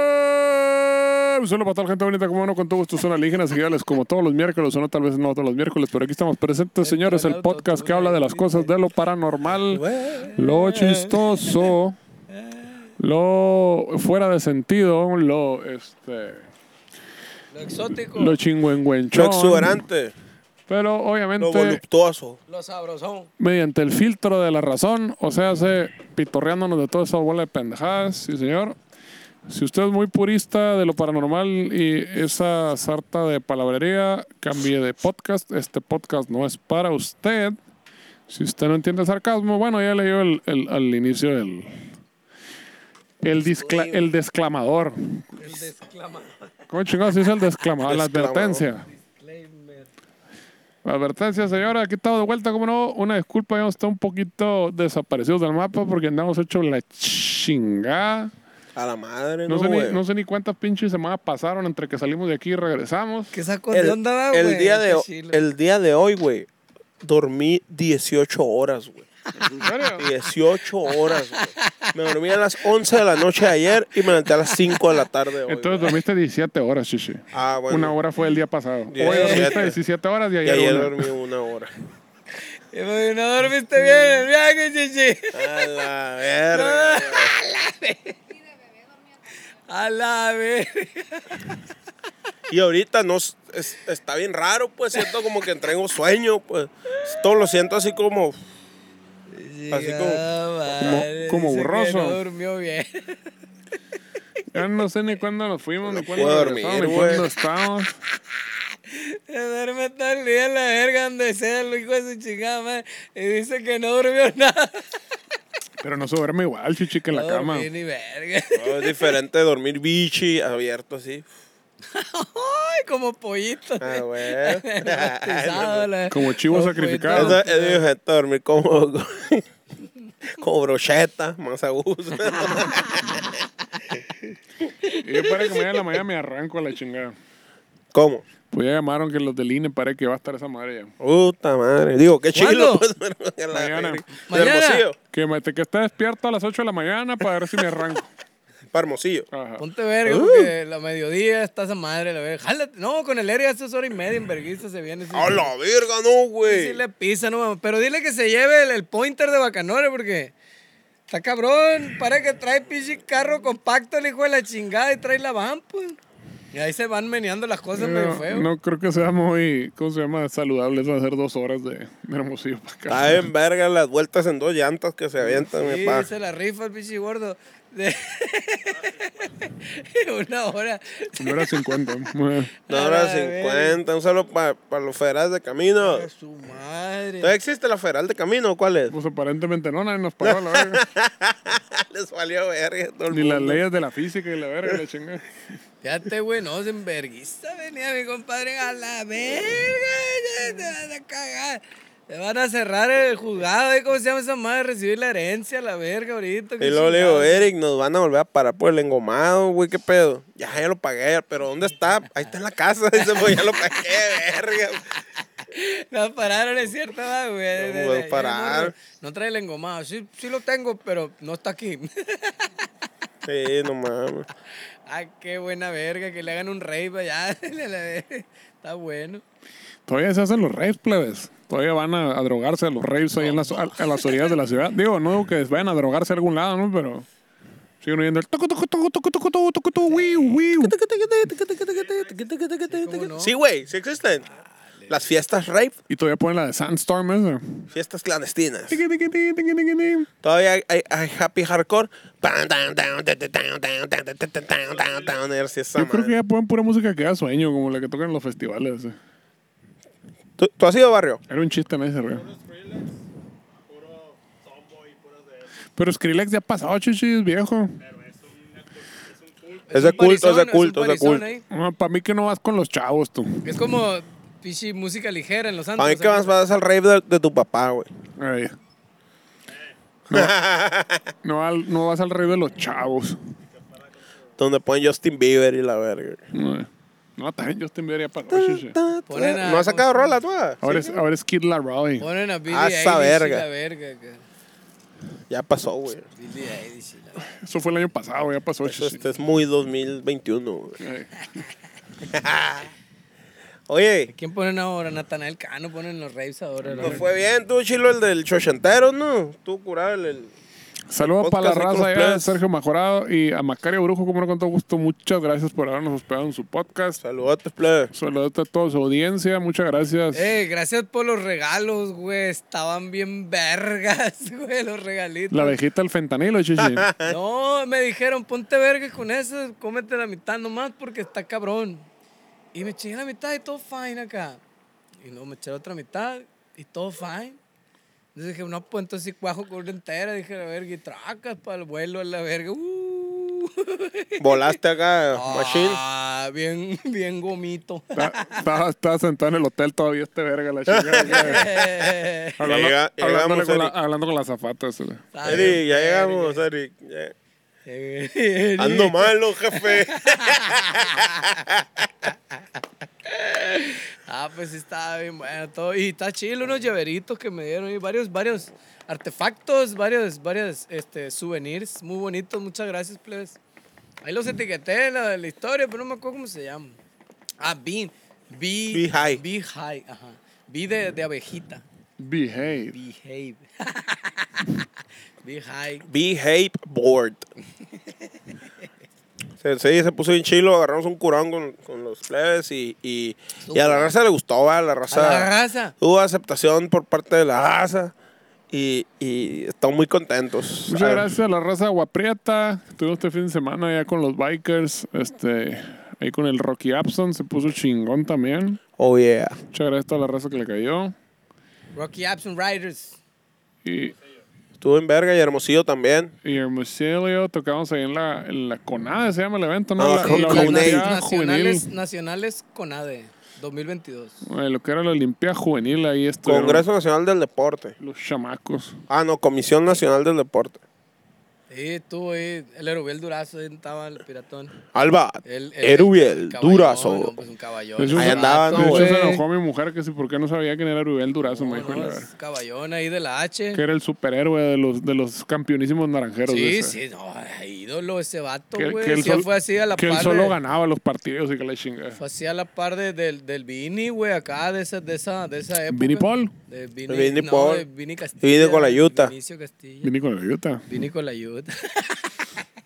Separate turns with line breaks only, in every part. ¡Eh! Un saludo para toda la gente bonita, como no, con todo gusto son alienígenas iguales como todos los miércoles, o no, tal vez no todos los miércoles, pero aquí estamos presentes, señores, el podcast que habla de las cosas de lo paranormal, lo chistoso, lo fuera de sentido, lo este
Lo exótico,
lo
lo,
Lo
chingüengüenchón.
exuberante,
Pero
lo
obviamente
voluptuoso.
sabrosón.
mediante el filtro de la razón, o sea, se pitorreándonos de toda esa bola de pendejadas, sí señor. Si usted es muy purista de lo paranormal y esa sarta de palabrería, cambie de podcast. Este podcast no es para usted. Si usted no entiende sarcasmo, bueno, ya leyó el, el- al inicio el, el, discla- el desclamador.
El desclama.
¿Cómo chingados se dice el desclamador? La
Desclamador.
advertencia.
Disclaimer.
La advertencia, señora, aquí estamos de vuelta, como no, una disculpa, ya está un poquito desaparecidos del mapa porque andamos hecho la chingada.
A la madre,
No,
no,
sé
güey.
ni, no sé ni cuántas pinches semanas pasaron entre que salimos de aquí y regresamos.
¿Qué saco
el,
de onda, da, güey?
el día de,
Este
ho-
chile.
el día de hoy, güey, dormí 18 horas, güey.
¿En serio?
18 horas, güey. Me dormí a las 11 de la noche ayer y me levanté a las 5 de la tarde hoy.
Entonces
güey.
dormiste 17 horas, chichi.
ah, bueno.
Una hora fue el día pasado. Hoy
17.
dormiste 17 horas y
Y
ayer,
ayer
una.
dormí una hora.
Y me dijo, ¿No dormiste bien el viaje, chichi?
A la verga. güey.
A la vez.
Y ahorita no s- es- está bien raro, pues siento como que traigo sueño, pues. Todo lo siento así como oh, Así como-
Madre,
como
dice que
borroso.
No durmió bien.
Ya no sé ni cuándo nos fuimos, ni
No
cuándo
puedo
regresamos,
dormir,
ni
güey.
cuándo estamos.
Se duerme todo el día en la verga donde sea el hijo de su chingada madre. Y dice que no durmió nada.
Pero no se duerme igual, chichi, que en la
no
cama.
dormí ni verga.
No, es diferente dormir bichi abierto así.
Ay, como pollito.
Ah, güey.
Bautizado, la-
Como chivo
como
sacrificado.
Eso
pollito.
es diferente dormir como, como brocheta, más a gusto.
Y yo para que mañana en la mañana me arranco a la chingada.
¿Cómo?
Pues ya llamaron que los del INE para que va a estar esa madre ya.
Puta madre. Digo, qué
¿Cuándo?
chilo. Pues, pero que la
Mañana.
verga. De
Mañana.
Hermosillo.
Que, me, que esté despierto a las 8 de la mañana para ver si me arranco.
Para Hermosillo.
Ajá.
Ponte verga,
Uh.
porque la mediodía está esa madre, la verga. Jálate. No, con el verga hace hora y media en verguiza se viene. sí.
A la verga, no,
Ah. Sí,
güey.
le pisa, no mames. Pero dile que se lleve el, el pointer de Bacanora, porque está cabrón. Para que trae pinche carro compacto el hijo de la chingada y trae la van, pues. Y ahí se van meneando las cosas medio
No,
feo.
no creo que sea muy, ¿cómo se llama? Saludable eso de hacer dos horas de de Hermosillo para acá.
Está en verga las vueltas en dos llantas que se avientan, mi
Sí,
pa.
se la rifa el pinche gordo. De- Una hora.
Una hora cincuenta. Bueno,
Una
A
hora
la
cincuenta. Un saludo para los federales de camino.
Su madre.
¿Todavía existe la federal de camino o cuál es?
Pues aparentemente no, nadie nos pagó la verga.
Les valió verga todo el
Ni las
mundo.
leyes de la física y la verga, la chingada.
Fíjate, güey, no, se enverguiza venía mi compadre a la verga, ya te van a cagar. Te van a cerrar el juzgado, ¿eh? ¿cómo se llama esa madre? Recibir la herencia, a la verga, ahorita. qué
Y luego le digo,
chingados.
Eric, nos van a volver a parar por el engomado, güey, qué pedo. Ya, ya lo pagué, pero ¿dónde está? Ahí está en la casa, dice, pues ya lo pagué, verga. "Eh".
Nos pararon, es cierto, va, güey. de- de-
nos
de-
pararon.
morro, No trae el engomado, sí, sí lo tengo, pero no está aquí.
Sí, no mames.
ah, qué buena verga, que le hagan un rey para allá. la verga. está bueno.
Todavía se hacen los raves, plebes. Todavía van a, a drogarse a los raves ahí en las, a, a las orillas de la ciudad. Digo, no digo que vayan a drogarse a algún lado, ¿no? Pero siguen oyendo el toco, toco, toco, toco, toco, toco, toco, toco, wiu, wiu.
¿Cómo no?
Sí, güey, sí existen. Las fiestas rape,
Y todavía ponen la de Sandstorm esa.
fiestas clandestinas.
Tiqui, tiqui, tiqui, tiqui, tiqui, tiqui.
Todavía hay, hay- hay happy hardcore. Pan, tan, tan, tan, tan, tan, tan, tan, tan, tan, tan, tan, tan, era así esa
Yo creo que
madre.
ya ponen pura música que da sueño, como la que tocan en los festivales. eh.
¿Tú, tú has ido barrio?
Era un chiste en ese río. Pero Skrillex ya ha pasado, chichis, viejo.
Es de
un
culto, es de
parizón,
culto,
un
es de
parizón
culto.
ahí.
para mí que no vas con los chavos, tú.
Es como pichi música ligera en los Santos.
Para mí que vas, vas al rave de, de tu papá, güey.
Ey. No, no, al- no vas al rey de los chavos.
Donde ponen Justin Bieber y la verga.
No, no también Justin Bieber ya para noche.
Ponen a-
¿No has sacado rolas, todas?
Ahora es, ahora es Kid Laroi.
Ponen a Billie
Ah,
Eilish
esa
verga.
verga.
la verga. acá.
Ya pasó, güey.
Billie Eilish y la verga.
Eso fue el año pasado, ya pasó.
Eso
sí.
este es muy 2021, güey.
Ey.
Oye,
¿Quién ponen ahora? Natanael Cano ponen los raves ahora. la
nos
verga.
fue bien tú, Chilo, el del chochentero, ¿no? Tú curado el... el-
Saludos para
Podcast
la
ahí con
raza
los
allá de
plebes.
Sergio Majorado y a Macario Brujo, como no con todo gusto. Muchas gracias por habernos hospedado en su podcast.
Saludos, plebe.
Saludos a toda su audiencia, muchas gracias.
Eh, gracias por los regalos, güey. Estaban bien vergas, güey, los regalitos.
La abejita del fentanilo, chichi.
Eh.
No, me dijeron, ponte verga con eso, cómete la mitad nomás porque está cabrón. Y me chingué la mitad y todo fine acá. Y luego me eché la otra mitad y todo fine. Entonces dije, no, pues entonces sí cuajo con una entera. Dije, la verga, y tracas para el vuelo a la verga. Uh.
Volaste acá, machine.
Ah, bien, bien gomito.
Está- Estaba estaba sentado en el hotel todavía este verga, la chica.
Eh,
Hablando,
Llega-
hablándole
llegamos,
con la-
Eric.
hablando con las zapatas. eh. güey.
está bien
Eric, ya
verga.
llegamos, Eric. ya.
Eh,
Ando malo, jefe.
Ah, pues sí, estaba bien bueno todo. Y está chido, unos llaveritos que me dieron y varios, varios artefactos, varios, varios este, souvenirs muy bonitos. Muchas gracias, plebes. Ahí los etiqueté en la, en la historia, pero no me acuerdo cómo se llama. Ah, Bean. Bee,
Bee High.
Bee High, ajá. Bee de, de abejita.
Behave.
Behave. Bee High.
Behave board. Se, sí, se puso bien chilo, agarramos un curón con, con los plebes y, y, y a la raza le gustó, va, a la
A
raza.
la raza.
Hubo aceptación por parte de la raza y, y están muy contentos.
Muchas
Ah,
gracias a la raza Guaprieta. Estuvimos este fin de semana ya con los bikers. Este, ahí con el Rocky Abson se puso chingón también.
Oh yeah.
Muchas gracias a la raza que le cayó.
Rocky Absent Riders.
Y,
Estuvo en verga y Hermosillo también.
y Hermosilio tocamos ahí en la, en la CONADE, se llama el evento, ¿no? la,
Ah, sí,
la
con
Las
Juvenil.
na-
Olimpiada
Nacionales,
Juvenil.
nacionales CONADE 2022.
Eh, lo que era la Olimpiada Juvenil, ahí estuvieron
Congreso Nacional del Deporte.
los chamacos.
Ah, no, Comisión Nacional del Deporte.
Sí, estuvo ahí, el Erubiel Durazo, ahí estaba el piratón.
Alba,
El,
Erubiel,
caballón, no,
Durazo.
pues un caballón.
Eso
Ahí
se-
andaban,
de hecho,
güey.
se enojó a mi mujer que sí, porque no sabía quién era Rubel Durazo, me dijo.
No,
la
es
verdad.
caballón ahí de la H.
Que era el superhéroe de los, de los campeonísimos naranjeros. de
Sí,
ese.
sí, no, ay, ídolo ese vato,
Que,
güey.
que él
Sí,
sol-
fue así a la
que él
par.
solo
de-
ganaba los partidos y que la chingada.
fue así a la par de- del, del Vini, güey, acá de esa, de esa, de esa época.
Vini Paul.
De Vini,
El Vini
no,
Paul.
de Vini Castilla.
Y Vini con la Yuta.
Vinicio Castilla.
Vine con la ayuda.
Vini con la Yuta.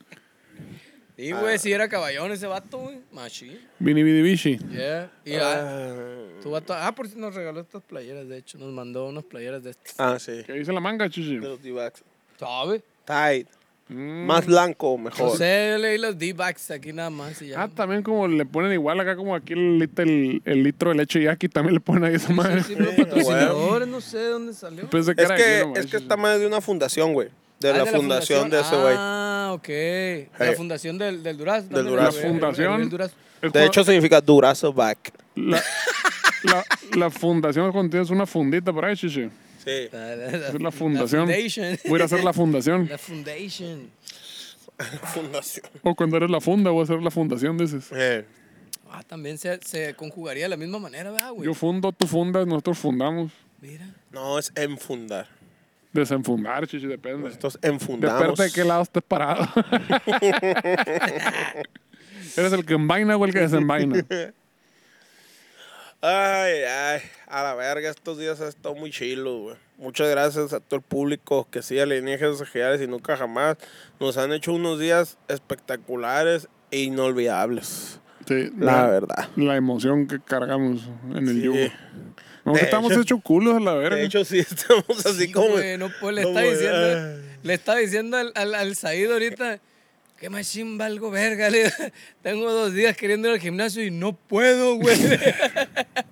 Sí,
Ah.
güey, sí era caballón ese vato, güey. Machín.
Vini Vidi Vici.
Yeah. Y ah, tu vato- ah, por si nos regaló estas playeras, de hecho, nos mandó unas playeras de este, estas.
Ah, sí.
¿Qué dice la manga, chichi?
De los D-backs.
¿Sabes?
Tight.
Mm.
Más blanco,
No
mejor.
sé, yo leí los D-backs aquí nada más y ya.
Ah, también como le ponen igual acá como aquí el, lit- el- el litro de leche y aquí también le ponen ahí esa madre.
Sí, pero patrocinadores, no sé de dónde salió.
Pensé que
Es
era de aquí,
que,
no
es que
manches.
está más de una fundación, güey. De,
Ah,
la, fundación, de ese güey.
Ah, ok. De la
Hey.
fundación del, del Durazno. también,
La
Durazo.
güey,
fundación.
del Durazo.
es
De
cua-
hecho, significa Durazo Back.
la, la, la fundación contiene una fundita por ahí, chichi.
Sí.
La, la- la-
Es la fundación.
La foundation.
Voy a ir a hacer la fundación.
La foundation.
fundación.
O cuando eres la funda, voy a hacer la fundación, dices.
Eh,
Ah, también se, se conjugaría de la misma manera, ¿verdad, güey?
Yo fundo, tú fundas, nosotros fundamos.
Mira.
no, es enfundar.
Desenfundar, chichi, depende.
Nosotros
Depende
enfundamos.
de qué lado estés parado. ¿Eres el que envaina o el que desenvaina?
Ay, ay, a la verga, estos días ha estado muy chilo, güey. Muchas gracias a todo el público que sí, alienígenas ejidales y nunca jamás. Nos han hecho unos días espectaculares e inolvidables.
Sí,
La verdad.
La emoción que cargamos en el
Sí.
yugo. Aunque
De
estamos
hecho-
hechos culos a la verga.
De hecho, sí, estamos así
Sí,
como.
güey, no, pues, le
como- ah.
está diciendo,
ay.
le está diciendo al, al, al Said ahorita, qué machín valgo verga, le digo, tengo dos días queriendo ir al gimnasio y no puedo, güey.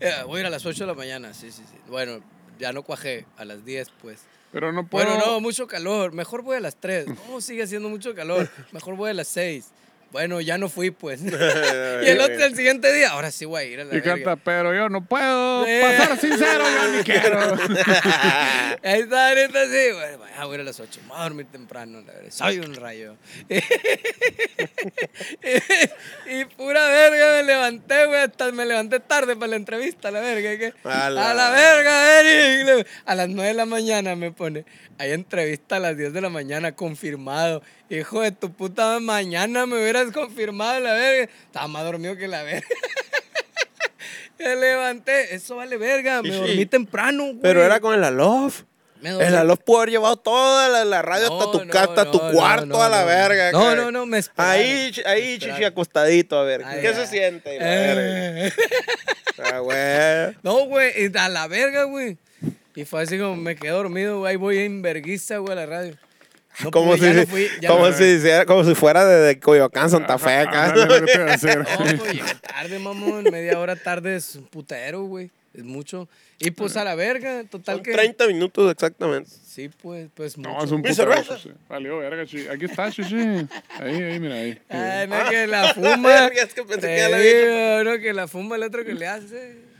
Eh, Voy a ir a las 8 de la mañana, sí, sí, sí. Bueno, ya no cuajé, a las 10 pues.
Pero no puedo.
Bueno, no, mucho calor, mejor voy a las 3. No, sigue haciendo mucho calor, mejor voy a las 6. Bueno, ya no fui, pues. y el otro, el siguiente día, ahora sí voy a ir a la
Y canta,
verga.
pero yo no puedo
Sí.
pasar sincero, yo ni quiero.
Ahí está, ahorita sí. Bueno, vaya, voy a ir a las 8. Me voy a dormir temprano, la verga. Soy un rayo. y, pura verga, me levanté, güey. Hasta me levanté tarde para la entrevista, la verga. que-
A
a
la-
la, verga, Eric. Le- A las 9 de la mañana me pone. Hay entrevista a las 10 de la mañana, confirmado. Hijo de tu puta madre, mañana me hubieras confirmado, la verga. Estaba más dormido que la verga. Me levanté, eso vale verga, me
Sí, sí.
dormí temprano, güey.
Pero era con el Alof.
Me
El
dormí.
Alof pudo haber llevado toda la, la radio
No,
hasta tu
no,
casa, hasta tu
no, no,
cuarto
no,
a la
no.
verga.
No,
cara.
no, no, me esperaron.
Ahí, chi- ahí
Me esperaron.
chichi acostadito, a ver.
Ay,
¿Qué
ay,
se
ay.
siente? La verga.
Eh.
Ah, güey.
No, güey, y a la verga, güey. Y fue así como me quedé dormido, güey. Ahí voy en verguiza, güey, a la radio. No
Como
pude, ya
si,
no fui, ya
como,
no
si, hiciera- como si fuera de, de Coyoacán, Santa Fe, acá.
Ándale, lo que te iba a decir.
No, pues llegué tarde, mamón. Media hora tarde es un putero, güey. Es mucho. Y pues a la verga, total
Son
que.
30 minutos exactamente.
Sí, pues, pues mucho.
No, es un
Mi
putero.
cerveza.
Chichi. Valió, verga, chichi. Aquí está, chichi. Ahí, ahí, mira, ahí.
Ay, no, que la fuma.
Es que pensé
Te
que ya la había hecho.
digo, no, que la fuma el otro que le hace.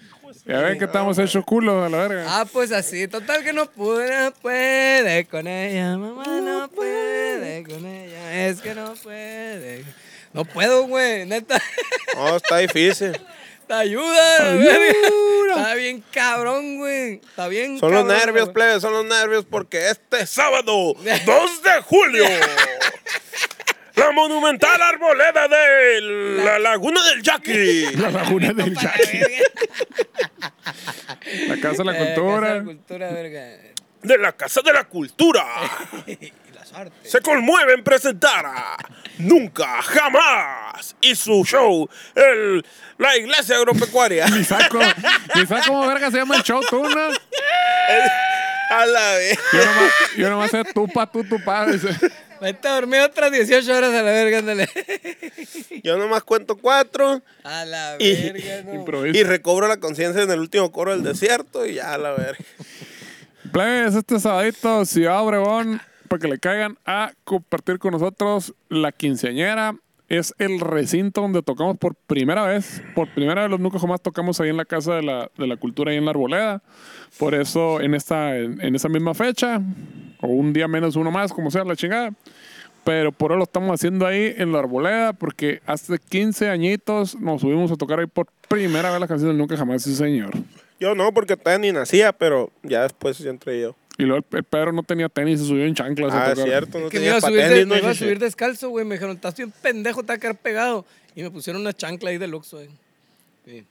Ya ven que estamos hechos culos, a la verga.
Ah, pues así, total que no pude, no puede con ella, mamá no puede con ella, es que no puede. No puedo, güey, neta.
No, está difícil.
Te ayuda, la verga. Está bien cabrón, güey. Está bien
Son los
cabrón,
nervios,
güey.
plebes, son los nervios porque este sábado, 2 de julio, la monumental arboleda de la Laguna del Yaqui.
La laguna del
Para
Yaqui.
la verga.
La casa de la
Eh, que sea
cultura.
la cultura, verga.
de la Casa de la Cultura
Y las artes.
se conmueve en presentar a Nunca, Jamás y su show, el, la Iglesia Agropecuaria.
Mi saco. Mi saco, ¿cómo verga se llama el show, tú, no?
a la vez.
Yo nomás, yo nomás sé tú pa' tú, tu pa. dice.
Vete a dormir otras 18 horas a la verga, ándale.
Yo nomás cuento cuatro
A la
Y-
verga, no.
y
Improvisa.
recobro la conciencia en el último coro del desierto y ya, a la verga.
Plebes, este sabadito, Ciudad Obregón, para que le caigan a compartir con nosotros la quinceañera. Es el recinto donde tocamos por primera vez. Por primera vez los Nucos Jamás tocamos ahí en la Casa de la, de la Cultura, ahí en la Arboleda. Por eso, en, esta, en, en esa misma fecha, o un día menos uno más, como sea la chingada. Pero por ahora lo estamos haciendo ahí en la Arboleda, porque hace 15 añitos nos subimos a tocar ahí por primera vez las canciones del Nunca Jamás, sí señor.
Yo no, porque todavía ni nacía, pero ya después ya entré yo.
Y luego el, el Pedro no tenía tenis, se subió en chanclas. a
Ah, es
tocar.
cierto, no
que me iba
tenía
a subir, de-
patentes, no
me iba a
Chichi?
subir descalzo, güey. Me dijeron, estás bien pendejo, te vas a quedar pegado. Y me pusieron una chancla ahí del Oxxo, güey. Sí.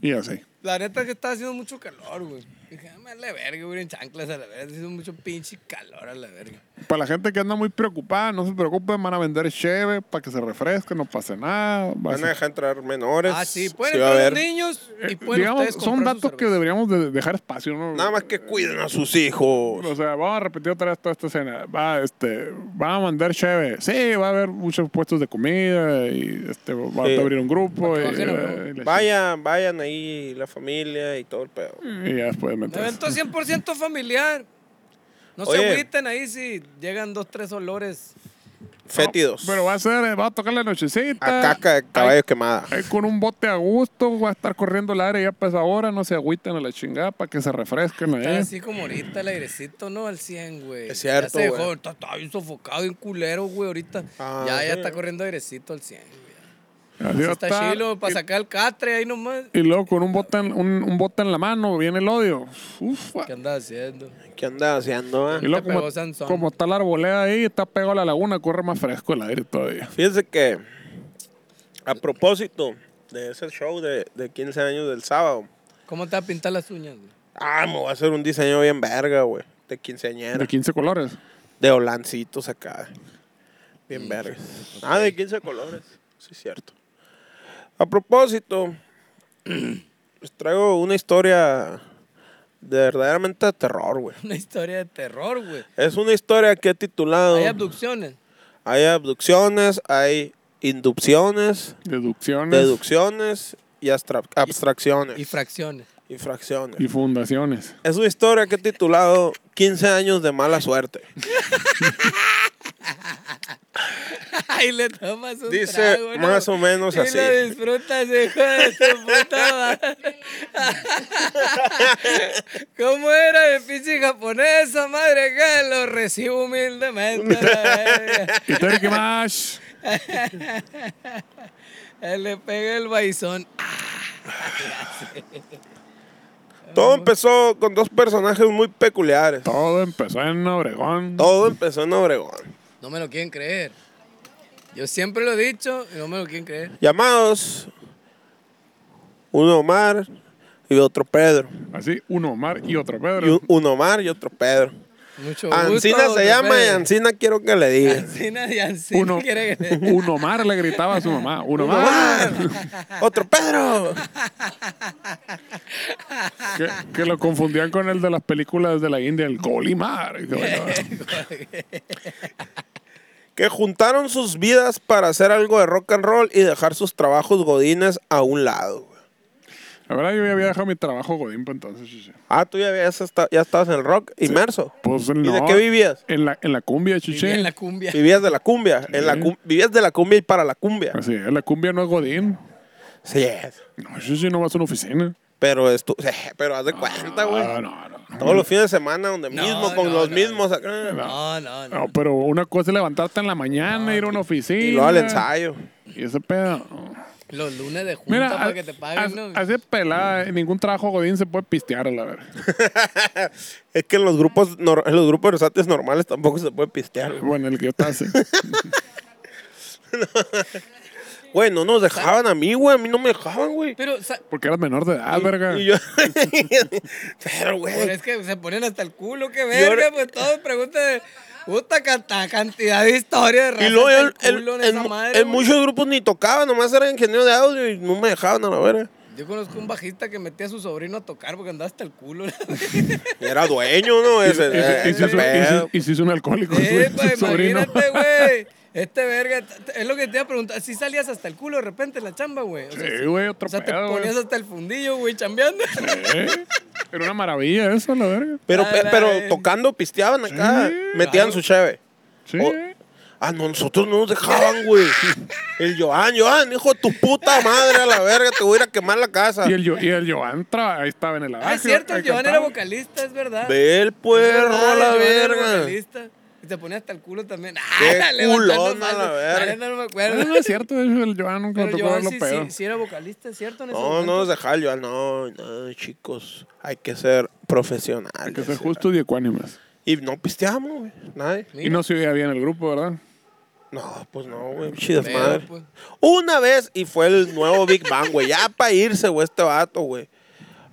Y así.
La neta es que estaba haciendo mucho calor, güey. Dije, "Ah, me vale verga, güey, en chanclas a la verga. Está haciendo mucho pinche calor a la verga.
Para la gente que anda muy preocupada, no se preocupen, van a vender cheve para que se refresque, no pase nada. va a
Van a
ser-
dejar entrar menores.
Ah, sí, pueden
sí Pues, va a
entrar los
haber.
niños y
Eh,
pueden
Digamos,
ustedes
son
comprar su
datos que
cerveza.
deberíamos de dejar espacio, ¿no?
Nada más que cuiden a sus hijos.
O sea, vamos a repetir otra vez toda esta escena. Va, este, van a mandar cheve. Sí, va a haber muchos puestos de comida y este, va
Sí.
a abrir un grupo. Y,
Para que bajen a
eh, y la
Vayan, vayan ahí la familia y todo el pedo.
Mm.
chi- Y ya después
Un
meterse.
evento 100% familiar. No
Oye.
se agüiten ahí si llegan dos, tres olores.
Fétidos.
Pero va a ser, eh, va a tocar la nochecita.
A caca de
Hay-
caballo quemada.
Ahí con un bote a gusto, va a estar corriendo el aire ya pues ahora, no se agüiten a la chingada para que se refresquen
Está
ahí.
así como ahorita el airecito, ¿no? Al 100, güey.
¿Eh? Es cierto,
Ya se dejó,
güey.
ahorita está bien sofocado, bien culero, güey, ahorita.
Ah,
ya, ya
sí.
está corriendo airecito al 100, güey.
Así va a
Está
estar.
chilo para sacar el catre ahí nomás.
Y luego con un bote, en, un, un bote en la mano viene el odio. Uf,
¿Qué andas haciendo?
¿Qué andas haciendo?
y
eh?
luego
te pegó
como,
Sansón.
como está la arboleda ahí, está pegado a la laguna, corre más fresco el aire todavía.
Fíjense que, a propósito de ese show de, de 15 años del sábado,
¿Cómo te vas a pintar las uñas, güey?
ah, me voy a hacer un diseño bien verga, güey. De quinceañera.
De 15 colores.
De holancitos acá. Bien vergas. Ah, de 15 colores. Sí, cierto. A propósito, les traigo una historia de verdaderamente de terror, güey.
Una historia de terror, güey.
Es una historia que he titulado
Hay abducciones.
Hay abducciones, hay inducciones,
Deducciones.
deducciones y abstra- abstracciones.
Y fracciones.
y fracciones.
y fundaciones.
Es una historia que he titulado 15 años de mala suerte.
Ay, le tomas un
Dice,
trago, ¿no?
más o menos
Y
así.
lo disfrutas, hijo de tu puta madre. ¿Cómo era el pinche japonesa, madre? Que lo recibo humildemente. la verga.
Y Terry Mash.
Él le pega el baizón.
Todo empezó con dos personajes muy peculiares.
Todo empezó en Obregón.
Todo empezó en Obregón.
No me lo quieren creer. Yo siempre lo he dicho y no me lo quieren creer.
Llamados, uno Omar y otro Pedro.
Así, uno Omar y otro
Y
Pedro.
un- uno Omar y otro Pedro.
Mucho gusto.
Ancina
don
se llama y
Pedro.
Ancina quiero que le diga.
Ancina y Ancina
Uno,
quiere que le-
un Omar le gritaba a su mamá. Un Omar.
Omar, otro Pedro.
Que, que lo confundían con el de las películas de la India, el Golimar.
Que juntaron sus vidas para hacer algo de rock and roll y dejar sus trabajos godines a un lado. güey.
La verdad, yo ya había dejado mi trabajo Godín, pues, entonces. sí, sí.
Ah, tú ya, habías esta- ya estabas en el rock inmerso.
Pues no.
¿Y de qué vivías?
En la, en la cumbia, chiche.
en la cumbia.
Vivías de la cumbia. En la cum- vivías de la cumbia y para la cumbia.
Así es, la cumbia no es Godín.
Sí, es.
No, sí, sí, no vas a una oficina.
Pero, estu- pero haz de cuenta, güey.
Ah, no, no, no.
Todos los fines de semana, donde
No,
mismo, con
no,
los
no.
mismos. acá.
No, no, no.
No, pero una cosa es levantarte en la mañana, ir a una oficina.
Ah, Y luego al ensayo.
Y ese pedo.
Los lunes de junta
Mira,
para
a-
que te
as-
paguen, ¿no?
así de pelada, en ningún trabajo Godín se puede pistear, a la verga.
Es que en los grupos, nor- en los grupos versátiles normales tampoco se puede pistear. güey.
Bueno, el que yo estaba así.
Güey, no nos dejaban a mí, güey. A mí no me dejaban, güey.
Pero, sa-
Porque eras menor de edad, verga.
Y yo. pero,
pero
güey.
es que se ponen hasta el culo, que
Eh. ahora-
verga, pues todos preguntan de puta canta- cantidad de historias de raza
Y luego
hasta
en, en-
el culo en,
en
esa
mu-
madre.
en
güey.
muchos grupos ni tocaban, nomás era ingeniero de audio y no me dejaban a la verga.
Yo conozco un bajista que metía a su sobrino a tocar porque andaba hasta el culo.
Y Era dueño, ¿no? Ese,
Y se- y
ese
se hizo- y
pedo.
se- y se hizo un alcohólico, su,
Eh,
su
pues,
sobrino.
imagínate, güey. Este verga, t- t- es lo que te iba a preguntar. Si salías hasta el culo de repente en la chamba, güey. O sea,
Sí, güey, otro
o sea, te
pedo, güey.
ponías hasta el fundillo, güey, chambeando.
Sí. Era una maravilla eso, la verga.
Pero,
A
pe-
la
pero
vez.
tocando, pisteaban acá,
Sí,
metían su cheve.
Sí.
Oh. Ah, no, nosotros no nos dejaban, güey. El Joan, Joan, hijo de tu puta madre, a la verga, te voy a ir a quemar la casa.
Y el, Yo- y el Joan tra- ahí estaba en el
Ah,
abajo.
es cierto,
ahí
el Joan era
cantaba.
vocalista, es verdad.
Ve el
Es
puerro
verdad,
a la
el Joan era
verga.
vocalista. Y te ponía hasta el culo también.
Qué
¡Ah! levantando
culón, a la
faldas.
verga.
neta, no me
No,
acuerdo.
no es cierto, de hecho, el Joan nunca
Pero
tocó
Joan
verlo
sí,
pedo.
sí, sí era vocalista, ¿es cierto? En ese
No, no
momento?
nos dejaba el Joan, no, no, chicos, hay que ser profesionales.
Hay que ser justos y ecuánimes.
Y no pisteamos, güey, nadie.
Y no se oía bien el grupo, ¿verdad?
No, pues no, güey, chidas
Pero,
madre.
pues.
Una vez, y fue el nuevo Big Bang, güey, ya para irse, güey, este vato, güey.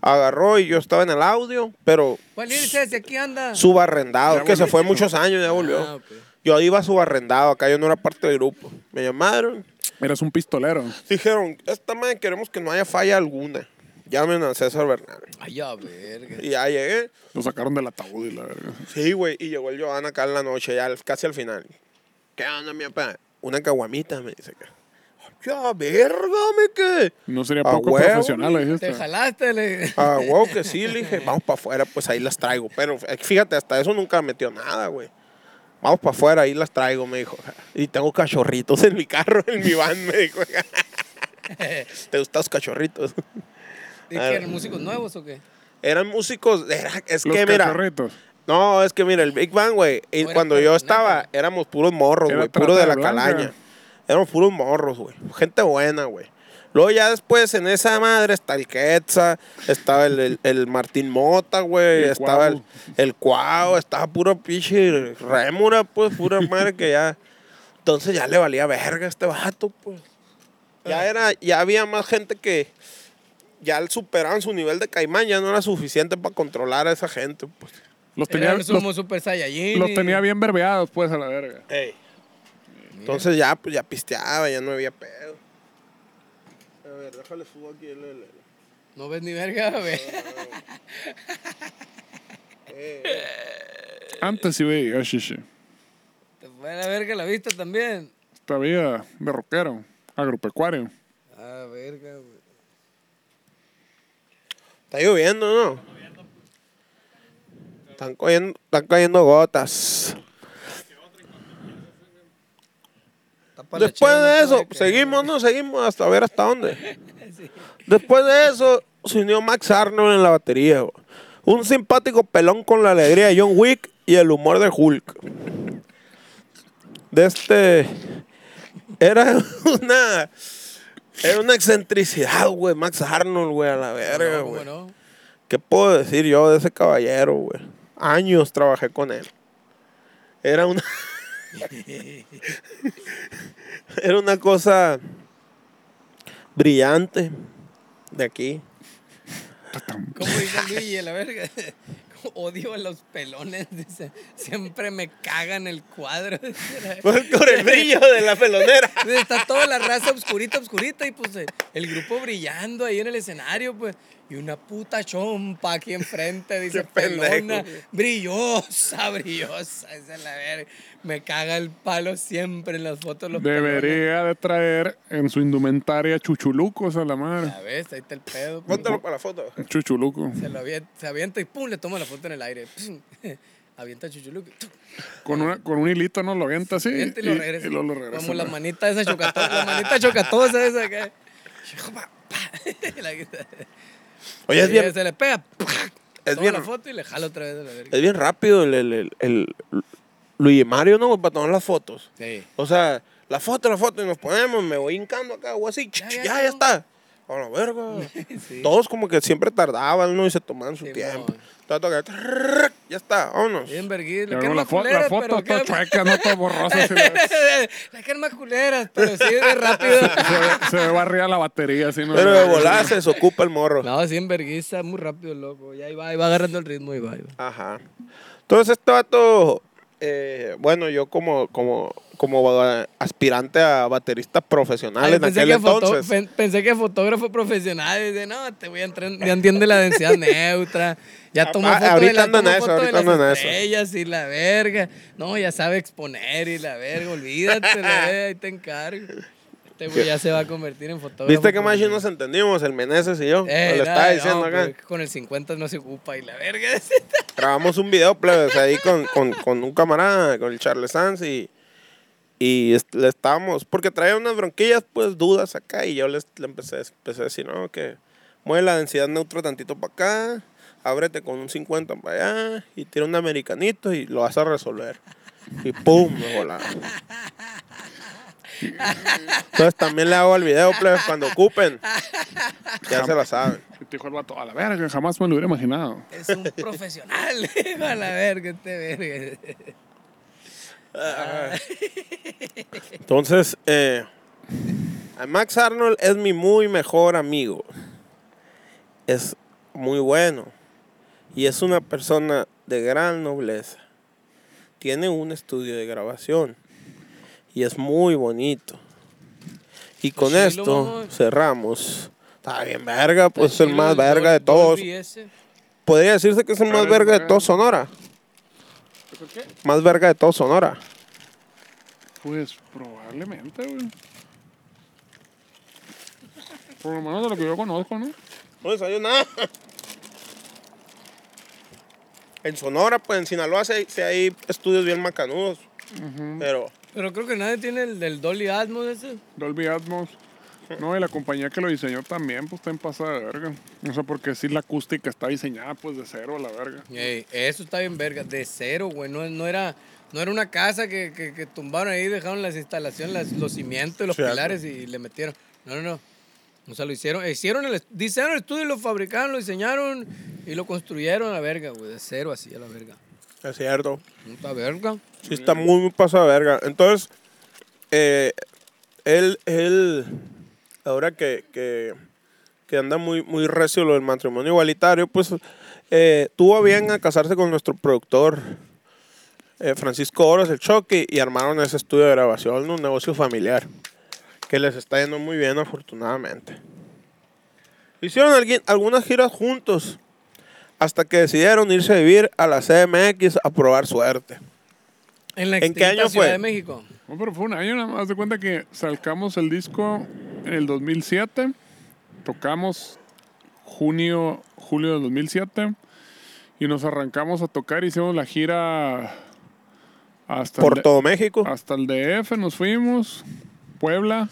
Agarró y yo estaba en el audio, pero
¿Cuál irse? Si aquí anda.
subarrendado, que se fue muchos años, ya volvió.
Ah, ok.
Yo iba subarrendado, acá yo no era parte del grupo. Me llamaron,
Eras un pistolero.
dijeron, esta madre queremos que no haya falla alguna. Llamen a César Bernal.
Ay, a verga.
Y ya llegué.
Lo sacaron del ataúd y la verga.
Sí, güey, y llegó el Johan acá en la noche, ya al- casi al final. ¿Qué onda, mi papá? Una caguamita, me dice. acá. Ya, verga, me que.
No sería
A
poco
huevo,
profesional, ahí
Ah, Te
está.
jalaste, le.
Ah, wow, que sí, le dije, vamos para afuera, pues ahí las traigo. Pero eh, fíjate, hasta eso nunca metió nada, güey. Vamos para afuera, ahí las traigo, me dijo. Y tengo cachorritos en mi carro, en mi van, me dijo. ¿Te gustan los cachorritos?
¿Y que eran músicos nuevos o qué?
Eran músicos, era- es
Los
que mira.
cachorritos.
No, es que mira, el Big Bang, güey, y
Fuera
cuando
para
yo
la
estaba,
neta.
éramos puros morros,
Era
güey, puro de
trata
la
de blanca.
calaña. Éramos puros morros, güey. Gente buena, güey. Luego ya después en esa madre está el Quetza, estaba el, el- el Martín Mota, güey,
El
estaba el,
Cuau.
el Cuau, estaba puro pinche rémura, pues, pura madre que ya. Entonces ya le valía verga a este vato, pues.
Ah.
Ya era, ya había más gente que ya superaban su nivel de caimán, ya no era suficiente para controlar a esa gente, pues.
Los tenía,
Eran
los,
somos super saiyajin.
los
y-
tenía bien verbeados, pues, a la verga.
Ey. Entonces ya, pues ya pisteaba, ya no había pedo. A ver, déjale subo aquí el, el- el-
No ves ni verga, güey.
Antes sí veía, sí, sí.
Te fue a la verga la vista también.
Esta vida de rockero, agropecuario.
Ah, verga, güey.
Está lloviendo, ¿no? Están cayendo, están cayendo gotas.
pa' la
Después
chela,
de
pa'
eso,
acá.
seguimos, no seguimos hasta ver hasta dónde. Después de eso, se unió Max Arnold en la batería. güey. Un simpático pelón con la alegría de John Wick y el humor de Hulk. De este. Era una. Era una excentricidad, güey. Max Arnold, güey, a la verga,
No,
güey.
¿cómo no?
¿Qué puedo decir yo de ese caballero, güey? Años trabajé con él. Era una. Era una cosa brillante de aquí.
¿Cómo dice Luigi, la verga? Odio a los pelones, dice. Siempre me cagan el cuadro. dice la-
Por el brillo de la pelonera.
Está toda la raza obscurita, obscurita, y pues eh, el grupo brillando ahí en el escenario, pues. Y una puta chompa aquí enfrente, dice
Qué pendejo,
pelona,
güey.
brillosa, brillosa, esa es la verga. Me caga el palo siempre en las fotos los pelones.
Debería de traer en su indumentaria chuchulucos a la madre.
Ya ves, ahí está el pedo. pues.
Póntalo para la foto.
Un Chuchuluco.
Se lo avienta, se avienta y pum, le toma la foto en el aire. Pum. Avienta chuchuluco.
Con, una, con un hilito, ¿no? Lo avienta así.
Avienta Este y lo regresa.
y luego lo regresa.
Como la
güey.
manita esa chocatosa, la manita chocatosa esa acá. Hijo, pa, pa. La guisa.
Oye, es
Y
bien,
Se le pega. ¡pac!
Es
Toma
bien-
la foto y le jala otra vez a la verga.
es bien rápido el, el, el- el Luigi Mario, ¿no? güey? Para tomar las fotos.
Sí.
O sea, la foto, la foto, y nos ponemos, me voy hincando acá, o así, ch- ch-
ya,
ya, ya,
ya.
está. A la verga.
Sí.
Todos como que siempre tardaban, ¿no? Y se tomaban su
Simón.
tiempo. Tanto que, trrrr, ya está, vámonos.
Bien verguil.
Y
Le
luego
quedan
la,
más
fo- la
culeras,
foto
pero
está
quedan-
chueca, no está borrosa. se, le-
Le quedan más culeras, pero sí de rápido.
se ve- se ve barrida la batería. Así, ¿no?
Pero de volada se desocupa el morro.
No, sí en verguiza, muy rápido, loco. Ya ahí va, ahí va agarrando el ritmo y va, ahí va.
Ajá. Entonces este vato, eh, bueno, yo como, como, como eh, aspirante a baterista profesional
Ay,
Ah, en aquel
que foto-
entonces.
pen- pensé que fotógrafo profesional. Dice, no, te voy a entrar. Ya entiende la densidad neutra. Ya
Apa-
toma fotos
Ah, ahorita
de, la,
ando en
toma
eso,
foto de
ahorita ando en
las
eso.
estrellas y la verga. No, ya sabe exponer y la verga. Olvídate, la verga, ahí te encargo. Este güey ya se va a convertir en fotógrafo.
¿Viste que más
profesional.
nos entendimos, el Meneses y yo?
Eh,
lo
nada,
estaba
no,
diciendo acá.
pues, Con el 50 no se ocupa y la verga.
Grabamos un video, plebes, ahí con, con, con un camarada, con el Charles Sanz y, y est- le estábamos, porque traía unas bronquillas, pues dudas acá y yo les, le empecé, a- empecé a decir, no, que mueve la densidad neutra tantito para acá, ábrete con un 50 para allá y tira un americanito y lo vas a resolver. Y pum, me volaba. Entonces también le hago al video, plebes, cuando ocupen. Ya se la saben.
Y Dijo el vato, a la verga, jamás me lo hubiera imaginado.
Es un profesional. A la verga, este verga.
Ah. Entonces, eh, a Max Arnold es mi muy mejor amigo. Es muy bueno. Y es una persona de gran nobleza. Tiene un estudio de grabación. Y es muy bonito. Y con
Chilo,
esto
mamón.
cerramos. Está bien verga, pues es el
Chilo,
más verga de
Dolby
todos.
ese.
Podría decirse que es el más
Pero es
verga de
verga.
todo Sonora.
qué?
Más verga de todo Sonora.
Pues probablemente, güey. Por lo menos de lo que yo conozco, ¿no?
No desayunaba. En Sonora, pues en Sinaloa sí, sí hay estudios bien macanudos. Pero
Pero creo que nadie tiene el del Dolly Atmos ese.
Dolby Atmos. No, y la compañía que lo diseñó también, pues está en pasada de verga. O sea, porque sí la acústica está diseñada pues de cero a la verga.
Ey, eso está bien verga, de cero, güey. No, no, era, no era una casa que, que- que tumbaron ahí, dejaron las instalaciones, las- los cimientos, los
Cierto.
pilares y, le metieron. No, no, no. O sea, lo hicieron, hicieron el, est- diseñaron el estudio, y lo fabricaron, lo diseñaron y lo construyeron a la verga, güey. De cero así a la verga.
es cierto.
Puta verga.
Sí está muy, muy pasada verga. Entonces, eh, él, él, ahora que, que, que anda muy, muy recio lo del matrimonio igualitario, pues eh, tuvo bien a casarse con nuestro productor. eh, Francisco Oros, el Choque, y armaron ese estudio de grabación, un negocio familiar, que les está yendo muy bien, afortunadamente. Hicieron alguien- algunas giras juntos, hasta que decidieron irse a vivir a la CMX a probar suerte.
En la
¿En qué
extinta
año
Ciudad
fue?
de México.
No, pero fue un año nada más. Haz de cuenta que sacamos el disco en el 2007. Tocamos junio, julio del 2007. Y nos arrancamos a tocar. Hicimos la gira hasta
por
el,
todo México.
Ah, hasta el DF. Nos fuimos. Puebla.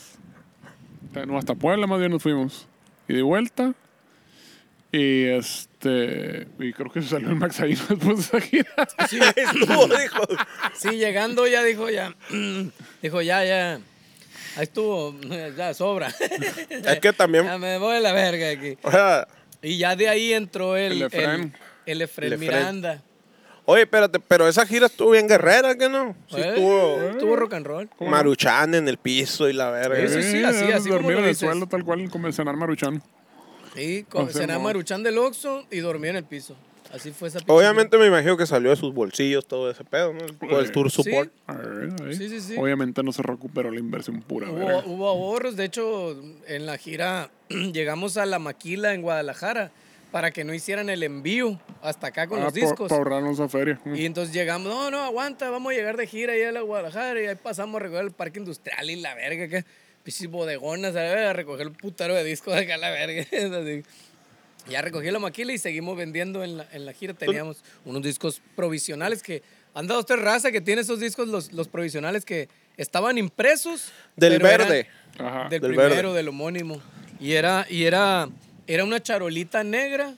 eh, No, hasta Puebla más bien nos fuimos. Y de vuelta. Y este. Y creo que se salió el Max ahí después de esa gira.
Sí, estuvo, dijo.
Sí, llegando ya dijo ya. dijo ya, ya. Ahí estuvo, ya sobra.
Es que también-
Ya me voy a la verga aquí.
O sea,
Y ya de ahí entró el.
El Efraín.
El, el Efraín
El Efraín.
Miranda.
oye, espérate, pero esa gira estuvo bien guerrera, ¿qué no? Sí,
Eh,
estuvo
estuvo rock and roll.
Maruchan en el piso y la verga.
Eso sí, así- así
Eh,
como
Dormir
lo
en el
dices.
suelo, tal cual, como el cenar maruchán.
Sí, con,
O sea,
cená
no.
maruchán del Oxxo y dormía en el piso. Así fue esa pinche
Obviamente me imagino que salió de sus bolsillos todo ese pedo, ¿no? Por el tour
Sí.
support.
A ver, ahí.
Sí, sí, sí.
Obviamente no se recuperó la inversión pura.
Hubo,
verga.
hubo ahorros, de hecho, en la gira llegamos a La Maquila en Guadalajara para que no hicieran el envío hasta acá con
Ah,
los
pa-
discos.
pa' ahorrarnos a feria.
Y entonces llegamos, no, no, aguanta, vamos a llegar de gira ahí a la Guadalajara y ahí pasamos a recoger el parque industrial y la verga, que pichis bodegonas, a, ver, a recoger el putero de discos de acá, la verga. Así. Ya recogí la maquila y seguimos vendiendo en la, en la gira. Teníamos unos discos provisionales que han dado usted raza que tiene esos discos, los, los provisionales que estaban impresos.
Del
pero eran-
verde.
Ajá.
del,
Del
primero,
verde.
del homónimo. Y era, y era, era una charolita negra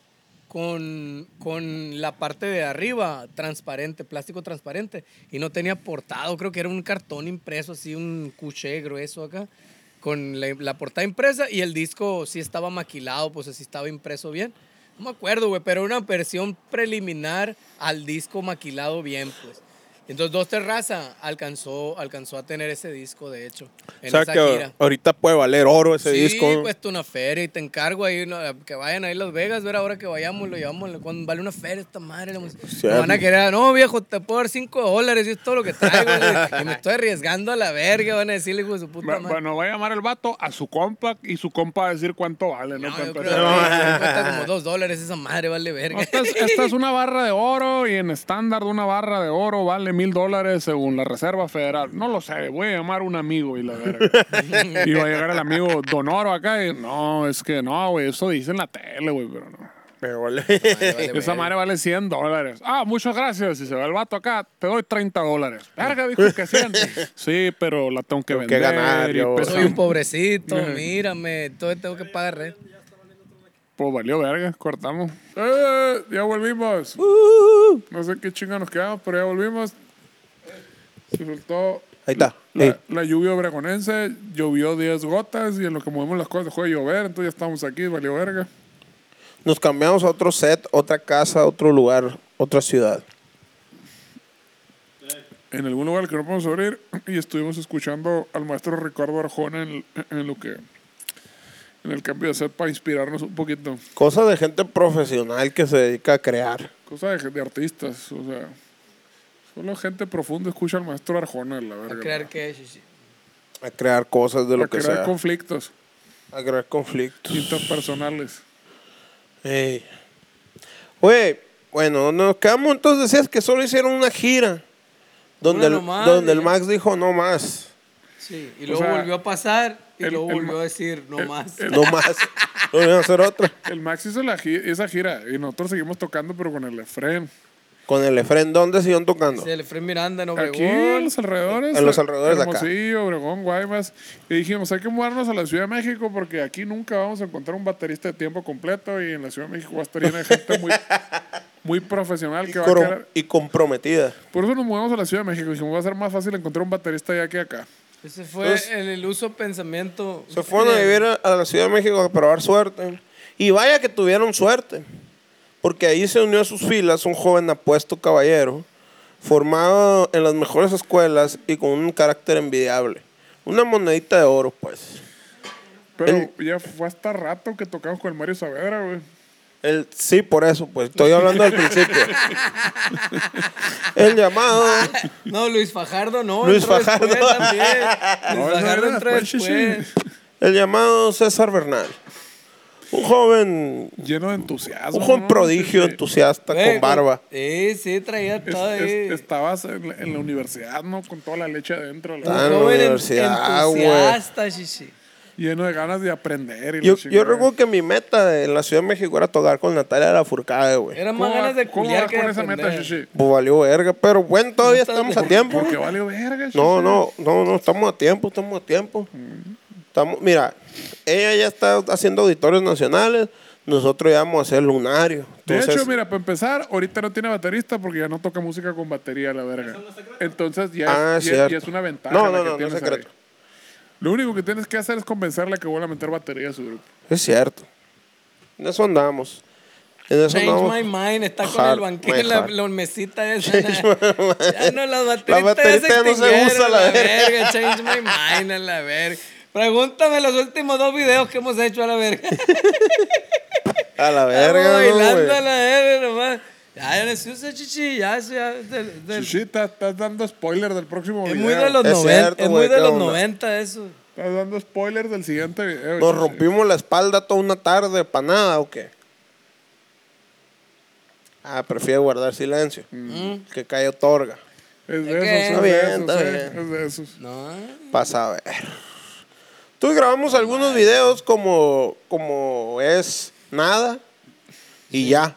con, con la parte de arriba transparente, plástico transparente. Y no tenía portado, creo que era un cartón impreso, así un cuché grueso acá. Con la, la portada impresa y el disco sí estaba maquilado, pues así estaba impreso bien. No me acuerdo, güey, pero era una versión preliminar al disco maquilado bien, pues. Entonces, Dos Terraza alcanzó, alcanzó a tener ese disco, de hecho, en
o sea
esa
que
gira.
ahorita puede valer oro ese
sí, pues.
disco. ¿no?
cuesta una feria y te encargo ahí no, que vayan ahí a Las Vegas, ver ahora que vayamos, lo llevamos, le- cuando vale una feria esta madre, le- lo van a querer, no viejo, te puedo dar 5 dólares y es todo lo que traigo, le- y me estoy arriesgando a la verga, van a decirle hijo de su puta
Va-
madre.
Bueno, va a llamar el vato a su compa y su compa va a decir cuánto vale, ¿no?
no,
Para
yo creo que
empezar.
cuesta como 2 dólares esa madre, vale verga.
Esta es, esta es una barra de oro y en estándar de una barra de oro vale mil dólares según la Reserva Federal. No lo sé, voy a llamar a un amigo y la verga. y va a llegar el amigo Don Oro acá y no, es que no, güey, eso dice en la tele, güey, pero no.
Pero vale.
Vale, vale
Esa
verga.
madre vale 100 dólares. Ah, muchas gracias. Y se va el vato acá, te doy 30 dólares. Verga, dijo que 100. Sí, pero la tengo que
Tengo que
vender.
ganar,
y
yo.
pesa-
Soy un pobrecito, mírame, entonces tengo que pagar renta.
Pues valió verga, cortamos. ¡Eh! Ya volvimos. No sé qué chinga nos quedamos, pero ya volvimos. Se soltó
Ahí está.
la,
Ey,
la lluvia obregonense, llovió 10 gotas y en lo que movimos las cosas dejó de llover, entonces ya estamos aquí, valió verga.
Nos cambiamos a otro set, otra casa, otro lugar, otra ciudad.
En algún lugar que no podemos abrir y estuvimos escuchando al maestro Ricardo Arjona en, en lo que... En el cambio de set para inspirarnos un poquito.
Cosa de gente profesional que se dedica a crear.
Cosa de, de artistas, o sea... Solo gente profunda escucha al maestro Arjona, la
A
verga.
creer que sí, sí.
A crear cosas de lo
Para
que
crear
sea.
conflictos
A crear conflictos.
interpersonales.
Ey. Eh, Oye, bueno, nos quedamos entonces decías que solo hicieron una gira. Donde,
Una
el,
nomás,
donde el
y-
Max dijo no más.
Sí, y
O
luego
sea,
volvió a pasar y
el-
luego
el
volvió
ma-
a decir no más.
No más. Lo iban a hacer otra.
El Max hizo la gi- esa gira y nosotros seguimos tocando, pero con el Efren.
Con el Efren, ¿dónde siguieron tocando?
Se le fue Miranda, no
Aquí, en los alrededores.
En los alrededores de acá.
Hermosillo, Obregón, Guaymas. Y dijimos, hay que mudarnos a la Ciudad de México porque aquí nunca vamos a encontrar un baterista de tiempo completo y en la Ciudad de México va a estar llena de gente muy, muy profesional
Y,
que va a
coro-
querer.
y comprometida.
Por eso nos mudamos a la Ciudad de México. Dijimos, va a ser más fácil encontrar un baterista allá que acá.
Ese fue
Entonces-
el iluso pensamiento.
Se fueron a vivir a, a la Ciudad de México a probar suerte. Y vaya que tuvieron suerte. Porque ahí se unió a sus filas un joven apuesto caballero, formado en las mejores escuelas y con un carácter envidiable. Una monedita de oro, pues.
Pero ya fue hasta rato que tocamos con el Mario Saavedra, güey.
El, sí, por eso, pues. Estoy hablando del principio. El llamado.
No, Luis Fajardo no.
Luis
entró después
Fajardo.
también.
No,
Luis
eso
Fajardo
era
entró
pues,
después, sí, sí.
después.
El llamado César Bernal. Un joven.
Lleno de entusiasmo.
Un joven
¿no?
prodigio,
Ah, Sí, sí.
entusiasta,
Güey,
con barba.
Sí, sí, traía
Es-
todo ahí.
es- estabas en la, en la universidad, ¿no? Con toda la leche adentro. la-
Ah, en la
Joven en-
universidad, güey.
entusiasta, sí, sí.
lleno de ganas de aprender. Y la
Yo, yo
chingada.
recuerdo que mi meta en la Ciudad de México era tocar con Natalia Lafourcade, güey.
Era más
¿Cómo
ganas
va-
de
cómo
culiar
vas
que
con
de
esa meta,
aprender.
Shishi?
Pues valió verga, pero bueno, todavía estamos a tiempo.
Porque valió verga, Shishi.
No, no, no, no, estamos a tiempo, estamos a tiempo. Estamos, mira, ella ya está haciendo auditorios nacionales, nosotros ya vamos a hacer lunario.
De
Entonces,
hecho, mira, para empezar, ahorita no tiene baterista porque ya no toca música con batería, la verga. Entonces ya,
Ah,
es, ya-
cierto.
ya es una ventaja.
No,
la
no,
que
no, no
tienes
es secreto.
ahí. Lo único que tienes que hacer es convencerla que vuelva a meter batería a su grupo.
es cierto. En eso andamos. En eso andamos.
Change my mind, está con
Hard,
el banquete,
my
la,
hard.
la mesita esa. ya no, las baterías
baterita ya no se usa, la verga.
Change my mind, a la verga. Pregúntame los últimos dos videos que hemos hecho a la verga.
A la
Estamos
verga, no,
bailando
güey.
a la verga nomás. Ya, ya no se usa chichi, ya, eso ya. del- del-
Shishi, ta- estás dando spoiler del próximo
es
video.
muy de los
Es
90,
cierto,
es
güey,
muy de
¿qué
los
onda?
90 eso.
Estás dando spoiler del siguiente video.
Nos
Shishi.
rompimos la espalda toda una tarde, para nada, ¿o qué? Ah, prefiero guardar silencio.
Mm.
Que calle otorga.
Es de esos,
Ok. Está
es de
bien,
esos,
está
eh,
bien.
es de esos.
No.
Pasa a ver. Tú grabamos algunos videos como, como es nada y ya.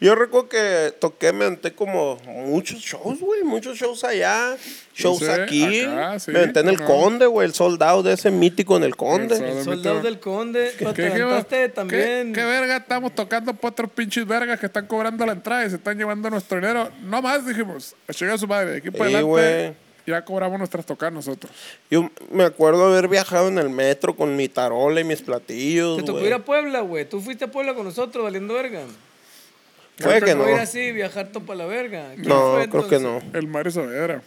Yo recuerdo que toqué, me aventé como muchos shows, güey, muchos shows allá, shows
Sí,
aquí.
acá, sí,
me aventé en el
ajá.
Conde, güey, el soldado de ese mítico en el Conde.
El Soldado.
Soldados del Conde, lo
¿Qué- qué-
atacaste
qué-
Pues también.
¿Qué verga estamos tocando para otros pinches vergas que están cobrando la entrada y se están llevando nuestro dinero? No más, dijimos. Llega su madre. De aquí para
Sí,
adelante
güey.
ya cobramos nuestras tocas nosotros.
Yo me acuerdo haber viajado en el metro con mi tarola y mis platillos,
Te tocó
güey.
ir a Puebla, güey. Tú fuiste a Puebla con nosotros, valiendo verga.
Puede
Te
que
tocó
no.
ir así, viajar todo para la verga. ¿Quién
No,
fue,
creo que
entonces?
no.
El Mario Saavedra.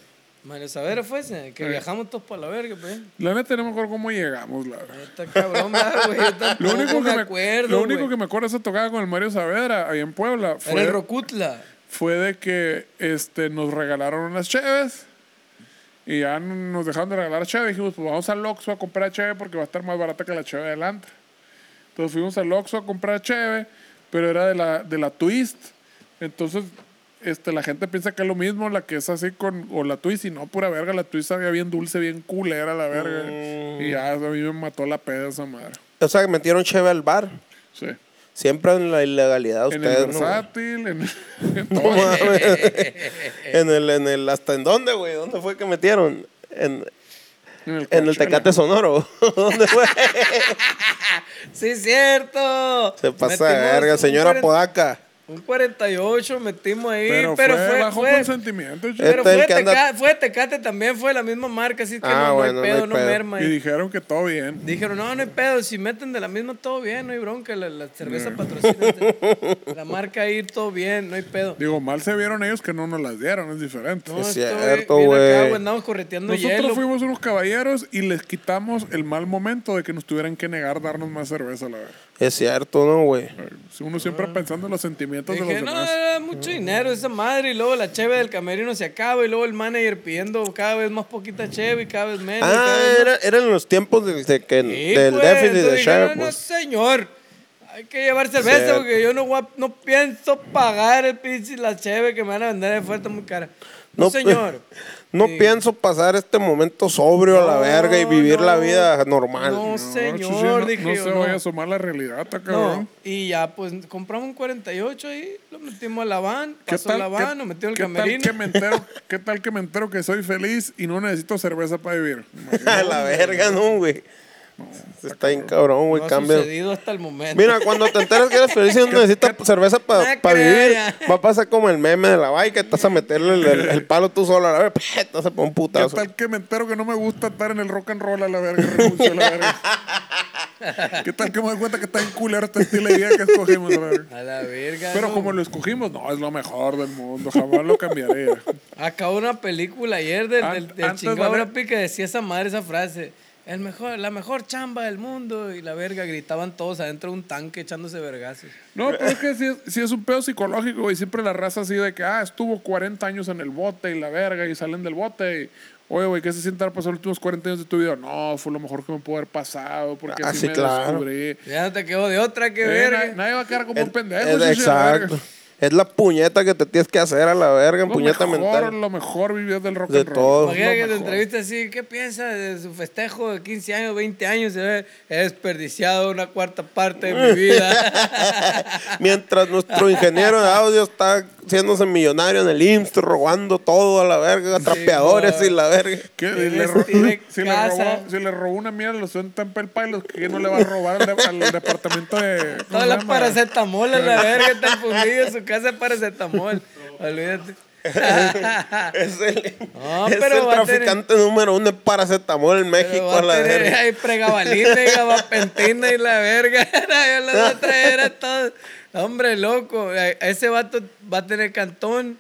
Mario Savera fue ese, que viajamos todos para la verga, pues.
La neta no me acuerdo cómo llegamos, la verdad.
Está cabrón, ¿verdad, güey. Yo tampoco
Lo único, que
me
me,
acuerdo.
lo único
güey.
que me acuerdo de esa tocada con el Mario Saavedra ahí en Puebla
Era el
fue,
Rocutla.
fue de que este, nos regalaron unas cheves y ya nos dejaron de regalar cheves. Dijimos, pues vamos al Oxxo a comprar cheve porque va a estar más barata que la cheve de adelante. Entonces fuimos al Oxxo a comprar cheve, pero era de la, de la Twist. Entonces este, la gente piensa que es lo mismo la que es así con o la Twist y no, pura verga. La Twist sabía bien dulce, bien culera la verga.
Mm.
Y ya a mí me mató la peda esa madre.
O sea, que metieron cheve al bar.
Sí.
Siempre en la ilegalidad
En
ustedes,
el
¿no? güey?
versátil, en, en
No
todo.
mames. en el, en el, hasta en dónde, güey, dónde fue que metieron, en,
En el,
en el Tecate Sonoro, dónde fue,
Sí, cierto.
se pasa de
Metimos
verga,
un
señora
cuaren-
Podaca,
Un 48 metimos ahí,
Pero,
pero,
fue,
fue.
bajo
fue-
consentimiento, chico.
pero
Este es el
fue,
que anda-
Teca- fue Tecate también, fue la misma marca, así que
Ah,
no, no
bueno, no
hay
hay
pedo, no,
pedo.
merma. ahí.
Y dijeron que todo bien.
Dijeron, no, no hay pedo, si meten de la misma todo bien, no hay bronca, la, la cerveza
Mm.
patrocina, este, la marca ahí todo bien, no hay pedo.
Digo, mal se vieron ellos que no nos las dieron, es diferente.
No,
Es
esto,
cierto,
bien acá,
güey.
Andamos correteando
Nosotros
hielo.
fuimos unos caballeros y les quitamos el mal momento de que nos tuvieran que negar darnos más cerveza, la verdad.
es cierto, ¿no, güey?
Uno siempre pensando en los sentimientos de
Ah. Dije,
los
no,
demás.
era mucho dinero esa madre, y luego la cheve del camerino se acaba, y luego el manager pidiendo cada vez más poquita cheve y cada vez menos. cada
Ah,
vez más.
era, eran los tiempos de, de que,
Sí,
del
pues,
déficit de
entonces
cheve,
dijeron, No,
pues.
señor. Hay que llevar cerveza
Cierto.
porque yo no, voy a- no pienso pagar el pinche la cheve que me van a vender de fuerte muy cara. No,
No, pues,
señor.
No
Sí.
pienso pasar este momento sobrio a la
No,
verga y vivir
no.
la vida normal.
No,
No,
señor,
chuchi, no,
dije
no
yo,
se
no.
vaya a sumar la realidad, está cabrón.
No, y ya pues compramos un 48 ahí, lo metimos a la van,
¿Qué
pasó
tal,
la
qué-
van, nos metimos al
qué tal
camerino.
que me entero, ¿Qué tal que me entero que soy feliz y no necesito cerveza para vivir?
a la verga, no, güey. Está bien cabrón, güey,
no ha
cambia.
sucedido hasta el momento.
Mira, cuando te enteras que eres feliz y no necesitas cerveza para
No
vivir,
creo.
va a pasar como el meme de la bike, estás a meterle el, el- el palo tú solo a la vez, te vas a poner un
¿Qué
putazo.
tal que me entero que no me gusta estar en el rock and roll a la verga? renuncio a la verga? ¿Qué tal que me doy cuenta que está en culero este estilo de vida que escogimos? a la verga?
A la verga.
Pero
no.
como lo escogimos, no, es lo mejor del mundo, jamás lo cambiaría.
Acabó una película ayer del,
An-
del, del
antes
chingado
valía-
Brad Pitt que decía esa madre, esa frase. El mejor, la mejor chamba del mundo y la verga. Gritaban todos adentro de un tanque echándose vergazos.
No, pero es que sí, es- sí es un pedo psicológico y siempre la raza así de que, ah, estuvo 40 años en el bote y la verga y salen del bote y, oye, güey, ¿qué se siente haber pasado los últimos 40 años de tu vida? No, fue lo mejor que me pudo haber pasado porque
Ah,
así
sí,
me
claro.
descubrí.
Ya no te quedó de otra que
Eh, na-
verga.
nadie va a quedar como
Es-
un pendejo.
es-
sí, sí, la verga.
exacto. Es la puñeta que te tienes que hacer a la verga, en
Lo
puñeta
mejor,
mental.
Lo mejor vivir del rock
De
and roll.
todo.
Es
Pues
lo
Imagina que te
mejor.
entrevista así, ¿qué piensas de su festejo de 15 años, 20 años? Se ve, he desperdiciado una cuarta parte de mi vida.
Mientras nuestro ingeniero de audio está haciéndose millonario en el IMSS, robando todo a la verga, trapeadores y la verga.
¿Qué?
Tiene
Le ro-
tiene
si, le
Este, casa.
robó, si le robó una mierda, lo suelta en Pelpilos, que no le va a robar al, de- al departamento de. ¿cómo
Todas
se
las
llama?
paracetamol a la verga, está fundido en su casa de paracetamol. Olvídate.
Es el,
No,
es el
pero va a tener-
traficante número uno de paracetamol en
Pero
México
va
a
a
la
tener
verga.
ahí pregabalina y gabapentina y la verga. Yo los voy a traer a todos. Hombre, loco. eh, Ese vato va a tener cantón,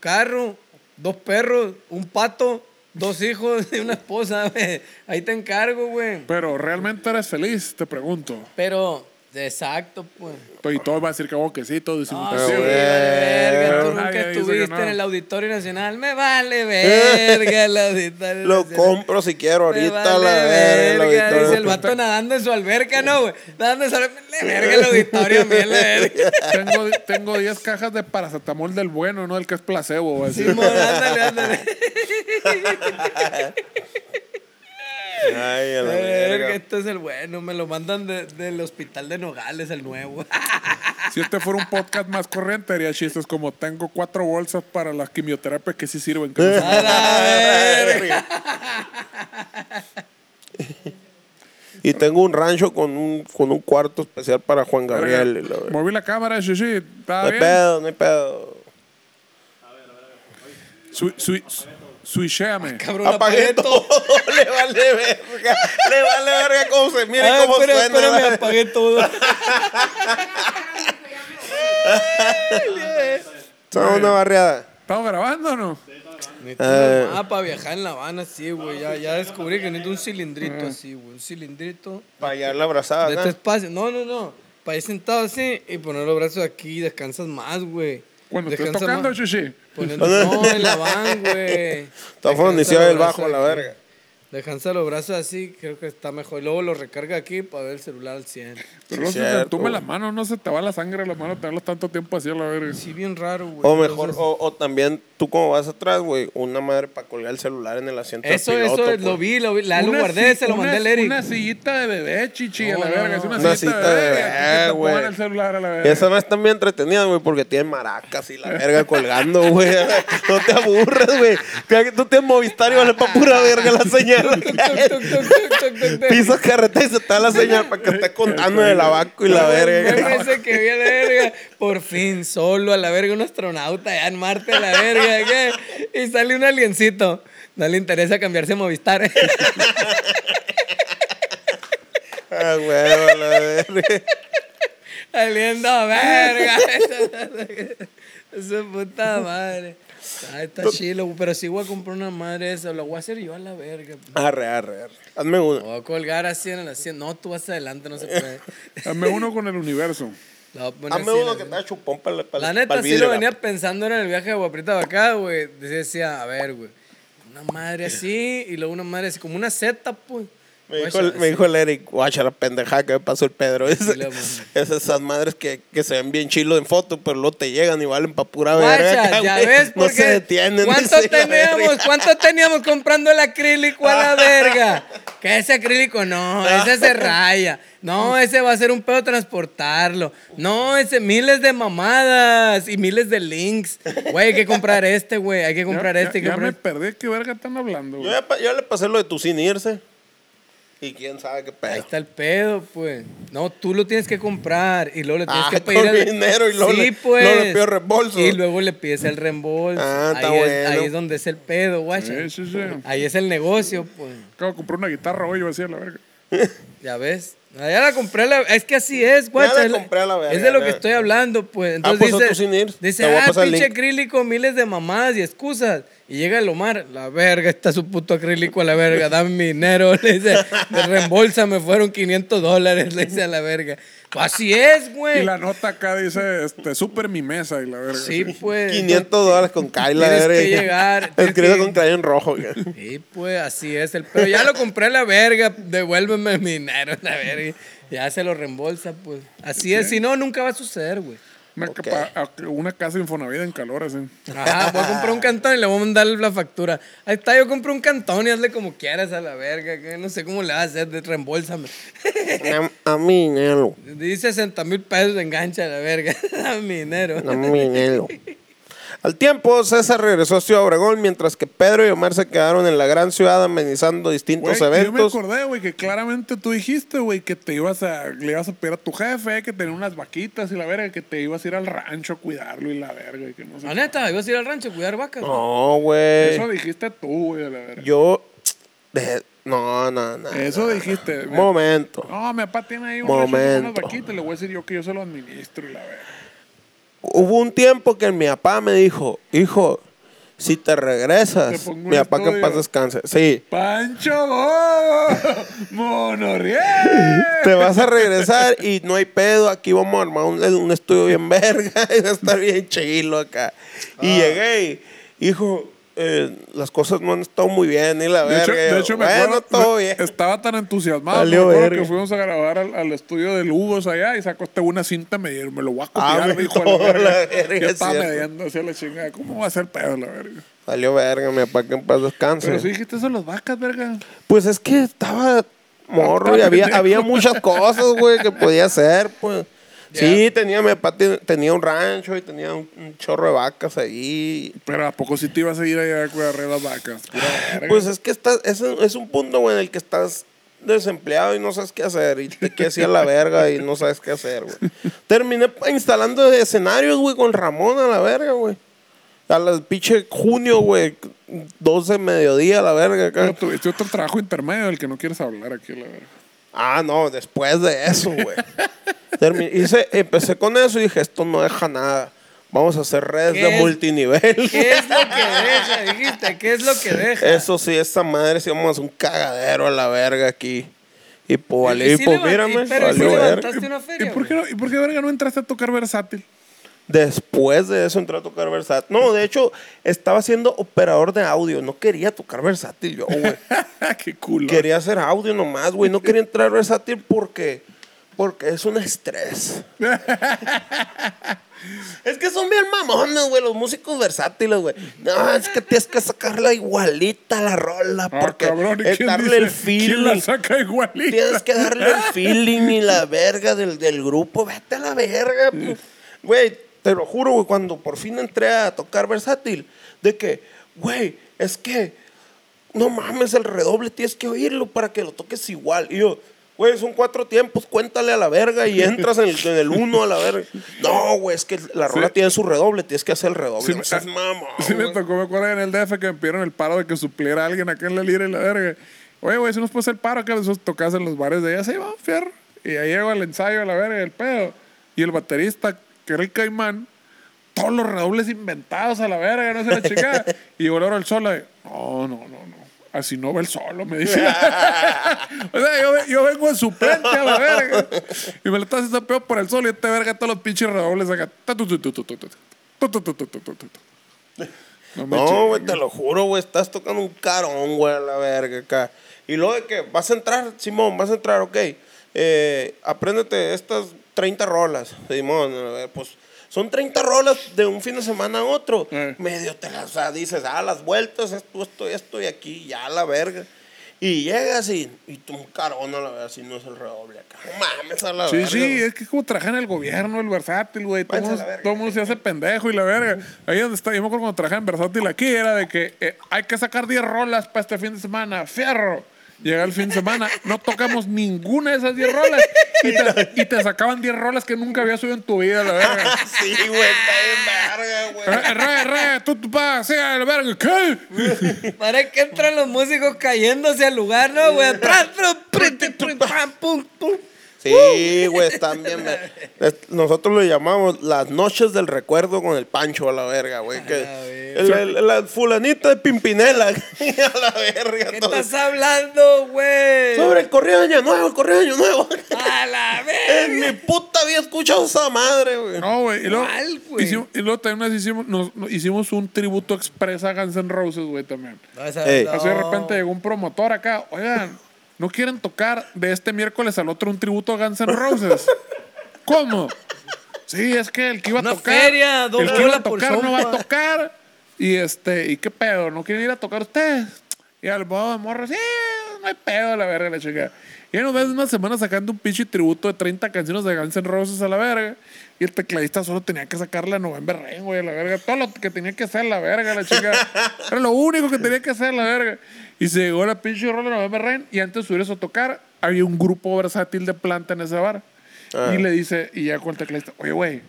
carro, dos perros, un pato, dos hijos y una esposa. güey. Ahí te encargo, güey.
Pero realmente eres feliz, te pregunto.
Pero, exacto, pues.
Y todo va a decir que, oh, que sí, todo dicen
No,
que
sí,
sí,
vale
güey.
verga, tú
Nadie
nunca
dice que
estuviste
no.
en el Auditorio Nacional. Me vale verga el Auditorio
Lo
Nacional.
compro si quiero
Me
ahorita a la
vale
verga. el
verga,
auditorio.
Dice el vato nadando en su alberca, no, güey. Nadando en su alberca. Le verga el auditorio, a mí, le verga.
Tengo, tengo 10 cajas de paracetamol del bueno, no del que es placebo. así.
Simón, ándale, ándale.
Ay, a la
Verga,
verga.
esto es el bueno. Me lo mandan de- del hospital de Nogales, el nuevo. Ah,
Si este fuera un podcast más corriente, haría chistes como: tengo cuatro bolsas para las quimioterapias que sí sirven. que no se-
A la verga.
Y tengo un rancho con un, con un cuarto especial para Juan Gabriel. y la verga.
Moví la cámara, Shishi.
No
¿Está
hay
bien?
pedo, no hay pedo.
Sui- sui- Suichéame.
Cabrón,
Apagué
apagué
todo. Le vale verga. Le vale verga cómo se mira y
Ah,
cómo
espera,
suena.
espera,
la
me
verga.
apagué todo.
Son una barriada.
¿Estamos grabando o no?
Eh,
Ah, para viajar en La Habana, sí, güey. Ya, ya descubrí que necesito un cilindrito así, güey. Un cilindrito
para hallar la abrazada.
de
Mm. Ah, ¿no?
este espacio. No, no, no. Para ir sentado así y poner los brazos aquí y descansas más, güey.
Cuando estés
Descansas
tocando,
más.
Shishi.
Poniendo, no, en la van, güey.
Está
Descansa
fornicido
los
el bajo,
brazos
la
aquí.
verga.
Descansa los brazos así, creo que está mejor. Y luego lo recarga aquí para ver el celular al 100.
Pero no se te
cierto,
entume
güey.
las manos, no se te va la sangre a las manos tenerlos tanto tiempo así a la verga.
Sí, bien raro, güey.
O mejor,
Entonces,
o, o también tú como vas atrás, güey, una madre para colgar el celular en el asiento
Eso,
del piloto.
eso,
pues.
lo vi, lo vi. La lo
Una
guardé,
si-
se lo
una-
mandé al Eric.
Una sillita de bebé, chichi, a
No,
la
no,
verga.
no.
Es una, sillita,
Una sillita
de
de
bebé.
bebé,
que te pongan
güey.
el celular a la verga.
Esas no están bien entretenidas, güey, porque tienen maracas y la verga colgando, güey. No te aburras, güey. Mira que Tú tienes Movistar y vale para pura verga la señal.
Tuc, tuc, tuc, tuc, tuc, tuc.
Pisas carretera y se te da la señal para que estés contando de la vaca y la
Me
verga.
parece que vi a la verga. Por fin, solo a la verga, un astronauta ya en Marte a la verga. ¿qué? Y sale un aliencito. No le interesa cambiarse a Movistar.
Ah, huevo, la verga.
Saliendo a verga. Su puta madre. Ah, está chilo, pero si voy a comprar una madre esa, la voy a hacer yo a la verga.
Arre, arre, arre. Hazme una.
Lo voy a colgar así en el asiento. No, tú vas adelante, no se puede.
Hazme uno con el universo.
La voy a poner
Hazme
así en el
uno Ah, que
asiento.
está chupón para el
La neta, sí lo venía pensando en el viaje de Guaprita para acá, güey. Decía, decía, a ver, güey. Una madre así y luego una madre así, como una Z, pues.
Me dijo, el, me dijo el Eric, guacha la pendejada que me pasó el Pedro. Es,
la mamá.
es esas madres que, que se ven bien chilos en foto, pero luego te llegan y valen pa' pura verga.
Guacha,
acá,
ya
güey.
ves,
No
porque
se detienen.
¿Cuánto
dice la
teníamos?
verga.
¿Cuánto teníamos comprando el acrílico a la verga? Que ese acrílico no, ese se raya. No, ese va a ser un pedo transportarlo. No, ese miles de mamadas y miles de links. Güey, hay que comprar este, güey. Hay que
Ya-
comprar
ya-
este, hay que
ya,
comprar
me perdí. ¿Qué verga están hablando,
Yo,
güey?
ya pa- yo le pasé lo de tu sin irse. Y quién sabe qué
Ahí
pedo.
está el pedo, pues. No, tú lo tienes que comprar y luego le tienes
Ah,
que pedir
con
el
dinero y luego le- luego le pido reembolso.
Y luego le pides el reembolso.
Ah,
ahí,
está
es, ahí
bueno.
es donde es el pedo, guacha.
Sí, sí, sí.
Pues, Ahí es el negocio, pues.
Acabo de comprar una guitarra hoy, yo decía la verga.
Ya ves. Ah, Ya la compré, la- es que así es, guacha.
la
es
compré a la verga,
Es de lo que
ya.
estoy hablando, pues. Entonces
pues,
dice,
otro sin ir.
dice
Te voy a
ah,
pasar el
pinche
link".
acrílico, miles de mamadas y excusas. Y llega el Omar, la verga, está su puto acrílico a la verga, dame mi dinero. Le dice, reembolsame, fueron 500 dólares, le dice a la verga. Pues así es,
Y
güey.
la nota acá dice, este, super mi mesa y la verga.
Sí,
Así.
pues.
500 dólares con Kyla.
Tienes que
verga.
llegar, tienes
Escrito
que-
con Kyla en rojo. güey.
Sí, pues así es el Pero Ya lo compré a la verga, devuélveme mi dinero, la verga. Ya se lo reembolsa, pues. Así es, si no, nunca va a suceder, güey.
Una,
Ok.
capa- a- una casa Infonavit en calor, así.
Ajá, voy a comprar un cantón y le voy a mandar la factura. Ahí está, yo compré un cantón y hazle como quieras a la verga. Que no sé cómo le vas a hacer, de- reembolsame.
A, a mi dinero.
Di 60 mil pesos de engancha a la verga. A mi dinero.
A mi dinero. Al tiempo, César regresó a Ciudad Obregón, mientras que Pedro y Omar se quedaron en la gran ciudad amenizando
Güey,
distintos
yo me
eventos.
acordé, güey, que claramente tú dijiste, güey, que te ibas a, le ibas a pedir a tu jefe, que tenía unas vaquitas y la verga, que te ibas a ir al rancho a cuidarlo y la verga, y que no sé.
La
qué.
neta, ibas a ir al rancho a cuidar vacas.
No, güey.
Eso dijiste tú, güey, a la verga.
Yo. de- No, no, no.
Eso dijiste.
Un
me-
Momento.
No, mi papá tiene ahí un rancho con unas
Momento.
vaquitas, le voy a decir yo que yo se lo administro y la verga.
Hubo un tiempo que mi papá me dijo, hijo, si te
Te
regresas,
pongo un
mi papá que en
estudio.
paz descanse. Sí.
¡Pancho Bobo! ¡Monorriel!
Te vas a regresar y no hay pedo. Aquí vamos a armar un, un estudio bien verga. Y va a estar bien chilo acá. Y
Ah.
llegué y, hijo, eh, las cosas no han estado muy bien. Y la
De hecho,
verga.
de
Yo,
hecho, me
bueno,
acuerdo,
todo
me-
bien.
estaba tan entusiasmado
Valió
me acuerdo
verga.
que fuimos a grabar al, al estudio de Lugos allá y sacó este una cinta, me dieron, me lo voy a
Ah,
copiar,
me
me dijo
todo,
la verga.
la verga,
Yo
es
estaba
cierto.
mediando hacia la chingada, ¿cómo va a ser pedo la verga?
Salió verga, mi papá que en paz descanse.
Pero si dijiste eso a las vacas, verga.
Pues es que estaba morro y había, había muchas cosas, güey, que podía hacer, pues. Sí, tenía, mi papá te- tenía un rancho y tenía un, un chorro de vacas ahí.
Pero ¿a poco si te ibas a ir allá a cuidar de las vacas? Pura verga.
Pues es que estás, es, es un punto, güey, en el que estás desempleado y no sabes qué hacer. Y te quedas así a la verga y no sabes qué hacer, güey. Terminé pa- instalando escenarios, güey, con Ramón a la verga, güey. A las pinche junio, güey, 12 de mediodía a la verga. acá.
Pero tuviste este otro trabajo intermedio del que no quieres hablar aquí, la verga.
Ah, no, después de eso, güey. Termi- hice- empecé con eso y dije, esto no deja nada. Vamos a hacer redes
¿Qué
de
es-
multinivel.
¿Qué es lo que deja? Dijiste, ¿qué es lo que deja?
Eso sí, esta madre sí vamos a hacer un cagadero a la verga aquí. Y pues, valió- y
sí
pues
levan- y-
mírame,
pero y sí
valió verga.
levantaste una feria.
¿Y por, qué
güey?
no- ¿Y por qué, verga, no entraste a tocar versátil?
Después de eso entré a tocar versátil. No, de hecho, estaba siendo operador de audio. No quería tocar versátil yo, güey.
¡Qué culo!
quería hacer audio nomás, güey. No quería entrar versátil porque, porque es un estrés. es que son bien mamones, güey, los músicos versátiles, güey. No, es que tienes que sacarla igualita a la rola
Ah,
porque
cabrón, ¿y
es
quién
darle el
dice? ¿Quién la
feeling.
saca igualita?
Tienes que darle el feeling y la verga del, del grupo. Vete a la verga. pues. Güey, te lo juro, güey, cuando por fin entré a tocar versátil, de que, güey, es que no mames, el redoble tienes que oírlo para que lo toques igual. Y yo, güey, son cuatro tiempos, cuéntale a la verga y entras en el, en el uno a la verga. No, güey, es que la rola tiene su redoble, tienes que hacer el redoble.
Sí,
no
me-
seas mamón,
Sí me
güey.
tocó, me acuerdo en el DF que me pidieron el paro de que supliera a alguien acá en la lira y la verga. Oye, güey, si nos puedes hacer paro acá, esos tocas en los bares de allá, sí, va, fierro. Y ahí llego al ensayo, a la verga, el pedo. Y el baterista, que era el caimán, todos los redobles inventados a la verga, no sé la chica. y llegó la hora del solo, y, no, no, no, no. Así no va el solo, me dice. o sea, yo, yo vengo de suplente a la verga. Y me lo estás haciendo peor por el solo y este verga todos los pinches redobles acá. Tu, tu, tu, tu, tu, tu, tu, tu, tu, tu, tu, tu, tu, tu. No, me
No,
chingues.
güey, te lo juro, güey, estás tocando un carón, güey, a la verga acá. Y luego de que vas a entrar, Simón, vas a entrar, ok. Eh, apréndete estas 30 rolas, Simón, a ver, pues son 30 rolas de un fin de semana a otro.
Eh.
Medio te las, o sea, dices, ah, las vueltas, esto, esto, esto y aquí, ya a la verga. Y llegas y, y tú un carón a la verga, si no es el redoble acá. No mames a la
Sí,
verga.
sí,
güey.
es que es como trabajan el gobierno, el versátil, güey. Todo
Váyanse a la
mundo-
verga.
todo mundo se hace pendejo y la verga. Ahí donde está, yo me acuerdo cuando trabajan versátil aquí, era de que eh, hay que sacar 10 rolas para este fin de semana, fierro. Llega el fin de semana, no tocamos ninguna de esas 10 rolas y te, y te sacaban 10 rolas que nunca había subido en tu vida, la verga.
Sí, güey, está bien verga,
Re,
güey.
re, re, tú, tú, pa, sí, a la verga, ¿qué?
Para que entran los músicos cayéndose al lugar, ¿no, güey? Atrás, pero, prim, prim, prim, pam, pum, pum.
Sí, güey, están bien. ver- Es- Nosotros lo llamamos las noches del recuerdo con el Pancho a la verga, güey. Que el- el- la fulanita de Pimpinela a la verga.
¿Qué
todo.
estás hablando, güey?
Sobre el correo de Año Nuevo, el correo de Año Nuevo.
A la vez.
en mi puta había escuchado esa madre, güey.
No, güey. Y luego,
¿Cuál, güey?
hicimos- y luego también nos hicimos, nos- nos hicimos un tributo express a Guns N' Roses, güey, también.
Ey.
Así de repente llegó un promotor acá, oigan, ¿no quieren tocar de este miércoles al otro un tributo a Guns N' Roses? ¿Cómo? Sí, es que el que iba a
Una
tocar.
feria, dos
el que iba a
bolas por
tocar no va a
sopa.
tocar. Y este, ¿y qué pedo? ¿No quieren ir a tocar ustedes? Y al modo de morro, sí, no hay pedo, la verga, la chica. Y nos ves una semana sacando un pinche tributo de 30 canciones de Guns N' Roses a la verga. Y el tecladista solo tenía que sacarle a November Rain, güey, a la verga. Todo lo que tenía que hacer, la verga, la chica. Era lo único que tenía que hacer, la verga. Y se llegó la pinche rola de November Rain. Y antes de subir eso a tocar, había un grupo versátil de planta en ese bar.
Ah.
Y le dice, y ya con el tecladista, oye, güey,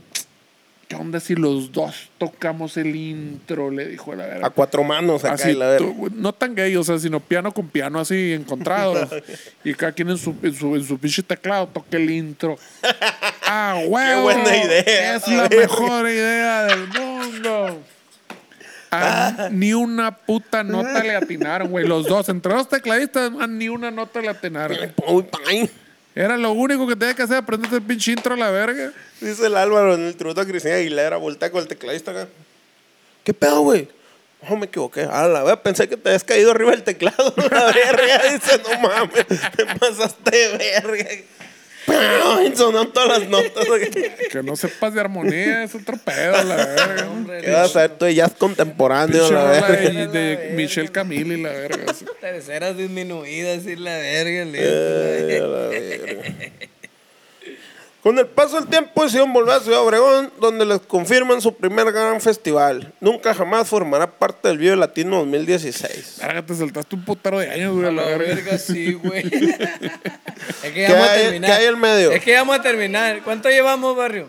¿qué onda si los dos tocamos el intro? Le dijo la verga.
A cuatro manos acá
Así,
y la verga.
tú- no tan gay, o sea, sino piano con piano así encontrado. y cada quien en su, en su, en su pinche teclado toque el intro. ¡Ah, huevo!
buena idea!
Es
A
la
ver.
mejor idea del mundo. A ni una puta nota le atinaron, güey. Los dos, entre los tecladistas, a ni una nota le atinaron.
Uy, pain.
Era lo único que tenía que hacer, aprenderte el pinche intro a la verga.
Dice el Álvaro en el tributo a Cristina Aguilera, voltea con el tecladista acá. ¿Qué pedo, güey? No, me equivoqué. A la verga, pensé que te habías caído arriba del teclado. La verga, dice, no mames, te pasaste de verga. ¡Pam! Sonaron todas las notas.
Que no sepas de armonía, es otro pedo, la verga.
Hombre,
¿Qué vas a ver tú de jazz contemporáneo,
Pinche
la
rola de,
verga?
de Michelle Camille y la verga. sí.
Terceras disminuidas y la verga, le-
Eh, a la verga. Con el paso del tiempo decidieron volver a Ciudad Obregón, donde les confirman su primer gran festival. Nunca jamás formará parte del Vive Latino 2016.
Verga, te saltaste un putero de años, güey,
A
a la
la
verga.
verga, sí, güey. es que
¿Qué
ya vamos a
hay-
terminar.
qué hay en medio?
Es que ya vamos a terminar. ¿Cuánto llevamos, barrio?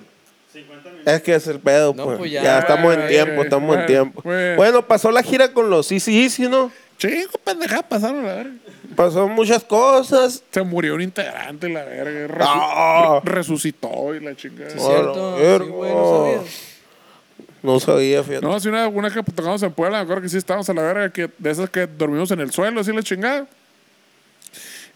Es que es el pedo,
No,
pues.
pues
ya.
ya.
estamos en
Ay,
tiempo, estamos en
bueno,
tiempo.
bueno.
Bueno, pasó la gira con los Easy Easy, ¿no?
Chico, pendejada, pasaron la verga.
Pasó muchas cosas.
Se murió un integrante y la verga. resu-
No.
re- resucitó y la chingada.
Sí, sí.
¿Cierto?
verga.
Sí, güey, no sabías.
No sabía, fíjate.
No, si una, una que tocamos en Puebla, me acuerdo que sí estábamos a la verga, que de esas que dormimos en el suelo, así la chingada.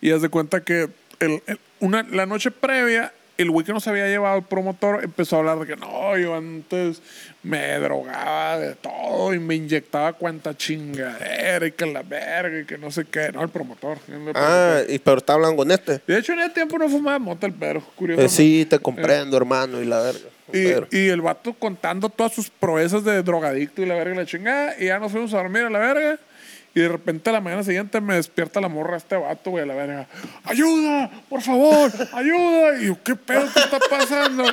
Y haz de cuenta que el- el- una, la noche previa, el güey que nos había llevado el promotor empezó a hablar de que no, yo antes me drogaba de todo y me inyectaba cuanta chingadera y que la verga y que no sé qué. No, el promotor. el promotor.
Ah, y pero está hablando con este.
De hecho, en ese tiempo no fumaba mota el perro,
Eh,
curiosamente.
sí, te comprendo, hermano, y la verga.
Y,
Pero-
y el vato contando todas sus proezas de drogadicto y la verga y la chingada. Y ya nos fuimos a dormir a la verga. Y de repente a la mañana siguiente me despierta la morra este vato, güey, a la verga. ¡Ayuda! ¡Por favor! ¡Ayuda! Y yo, ¿qué pedo te está pasando?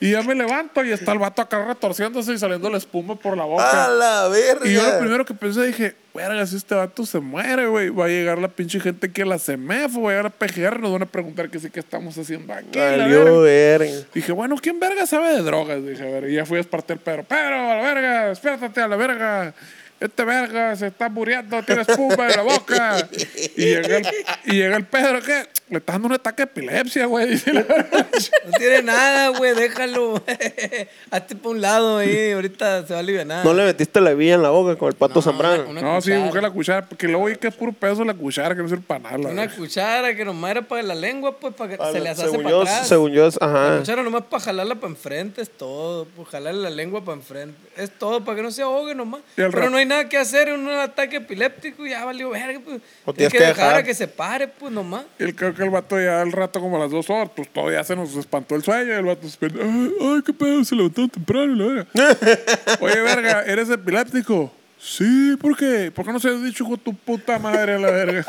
Y ya me levanto y está el vato acá retorciéndose y saliendo la espuma por la boca.
¡A la verga!
Y yo lo primero que pensé, dije, verga, si este vato se muere, güey, va a llegar la pinche gente que la CEMEF, va a llegar a PGR, nos van a preguntar que sí que estamos haciendo aquí. la verga.
Valió verga.
Dije, bueno, ¿quién verga sabe de drogas? Dije, a ver, y ya fui a esparter Pedro. Pedro, a la verga, despiértate a la verga. Este verga se está muriendo, tiene espuma en la boca. Y llega el, y llega el Pedro, que le está dando un ataque de epilepsia, güey. Dice la verga.
No tiene nada, güey, déjalo. Hazte para un lado ahí, ahorita se va a aliviar.
No le metiste la vía en la boca con el pato Zambrano.
una
No, sí,
cuchara.
busqué la cuchara, porque luego vi que es puro peso la cuchara, que no sirve para nada. la
Una
verga.
cuchara que nomás era para la lengua, pues, para que
Ah,
se le hace
según
para
yo,
atrás.
Según yo, es-
La
ajá.
cuchara nomás para jalarla para enfrente, es todo. Pues jalarle la lengua para enfrente. Es todo, para que no se ahogue nomás.
Y al
Pero
rato-
no hay nada que hacer, un ataque epiléptico, ya valió verga, pues.
O
Tienes
tienes
que
que
dejar,
dejar.
a que se pare, pues, nomás.
Y el, creo que el vato ya al rato, como a las dos horas, pues todavía se nos espantó el sueño. Y el vato se pensó, ay, ay, qué pedo, se levantó temprano. y La verga. Oye, verga, ¿eres epiléptico? Sí, ¿por qué? ¿Por qué no se has dicho con tu puta madre a la verga?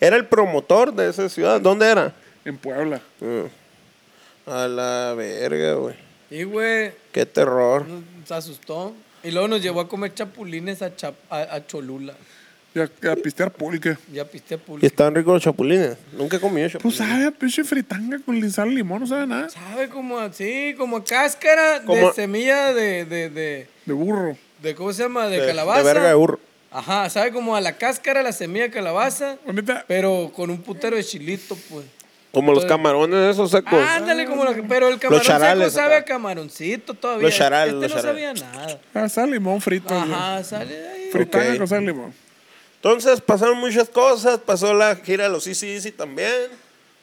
Era el promotor de esa ciudad. ¿Dónde era?
en Puebla.
A la verga, güey.
Y, güey,
Qué terror.
nos- se asustó. Y luego nos llevó a comer chapulines a, Chap- a- a Cholula.
Y a, a pistear pública.
Ya piste
Y
público.
estaban ricos los chapulines. Nunca he comido
Pues
chapulines.
sabe a pinche fritanga con linzar limón, no sabe nada.
¿Sabe? Como así, como a cáscara
Como-
de semilla de, de, de,
De burro.
de- ¿Cómo se llama? De,
De-
calabaza.
De verga de burro.
Ajá, sabe como a la cáscara, la semilla de calabaza,
Bonita.
pero con un putero de chilito, pues. ah,
Como los camarones esos secos.
Ándale, como lo que, pero el camarón
charales
seco sabe a
acá.
camaroncito todavía.
Los charales,
este
los
no sabía
charales.
nada.
Ah, sal limón frito. güey.
Ajá, sale de ahí.
Fritanga
Ok.
con sal limón.
Entonces pasaron muchas cosas. Pasó la gira de los Easy Easy también.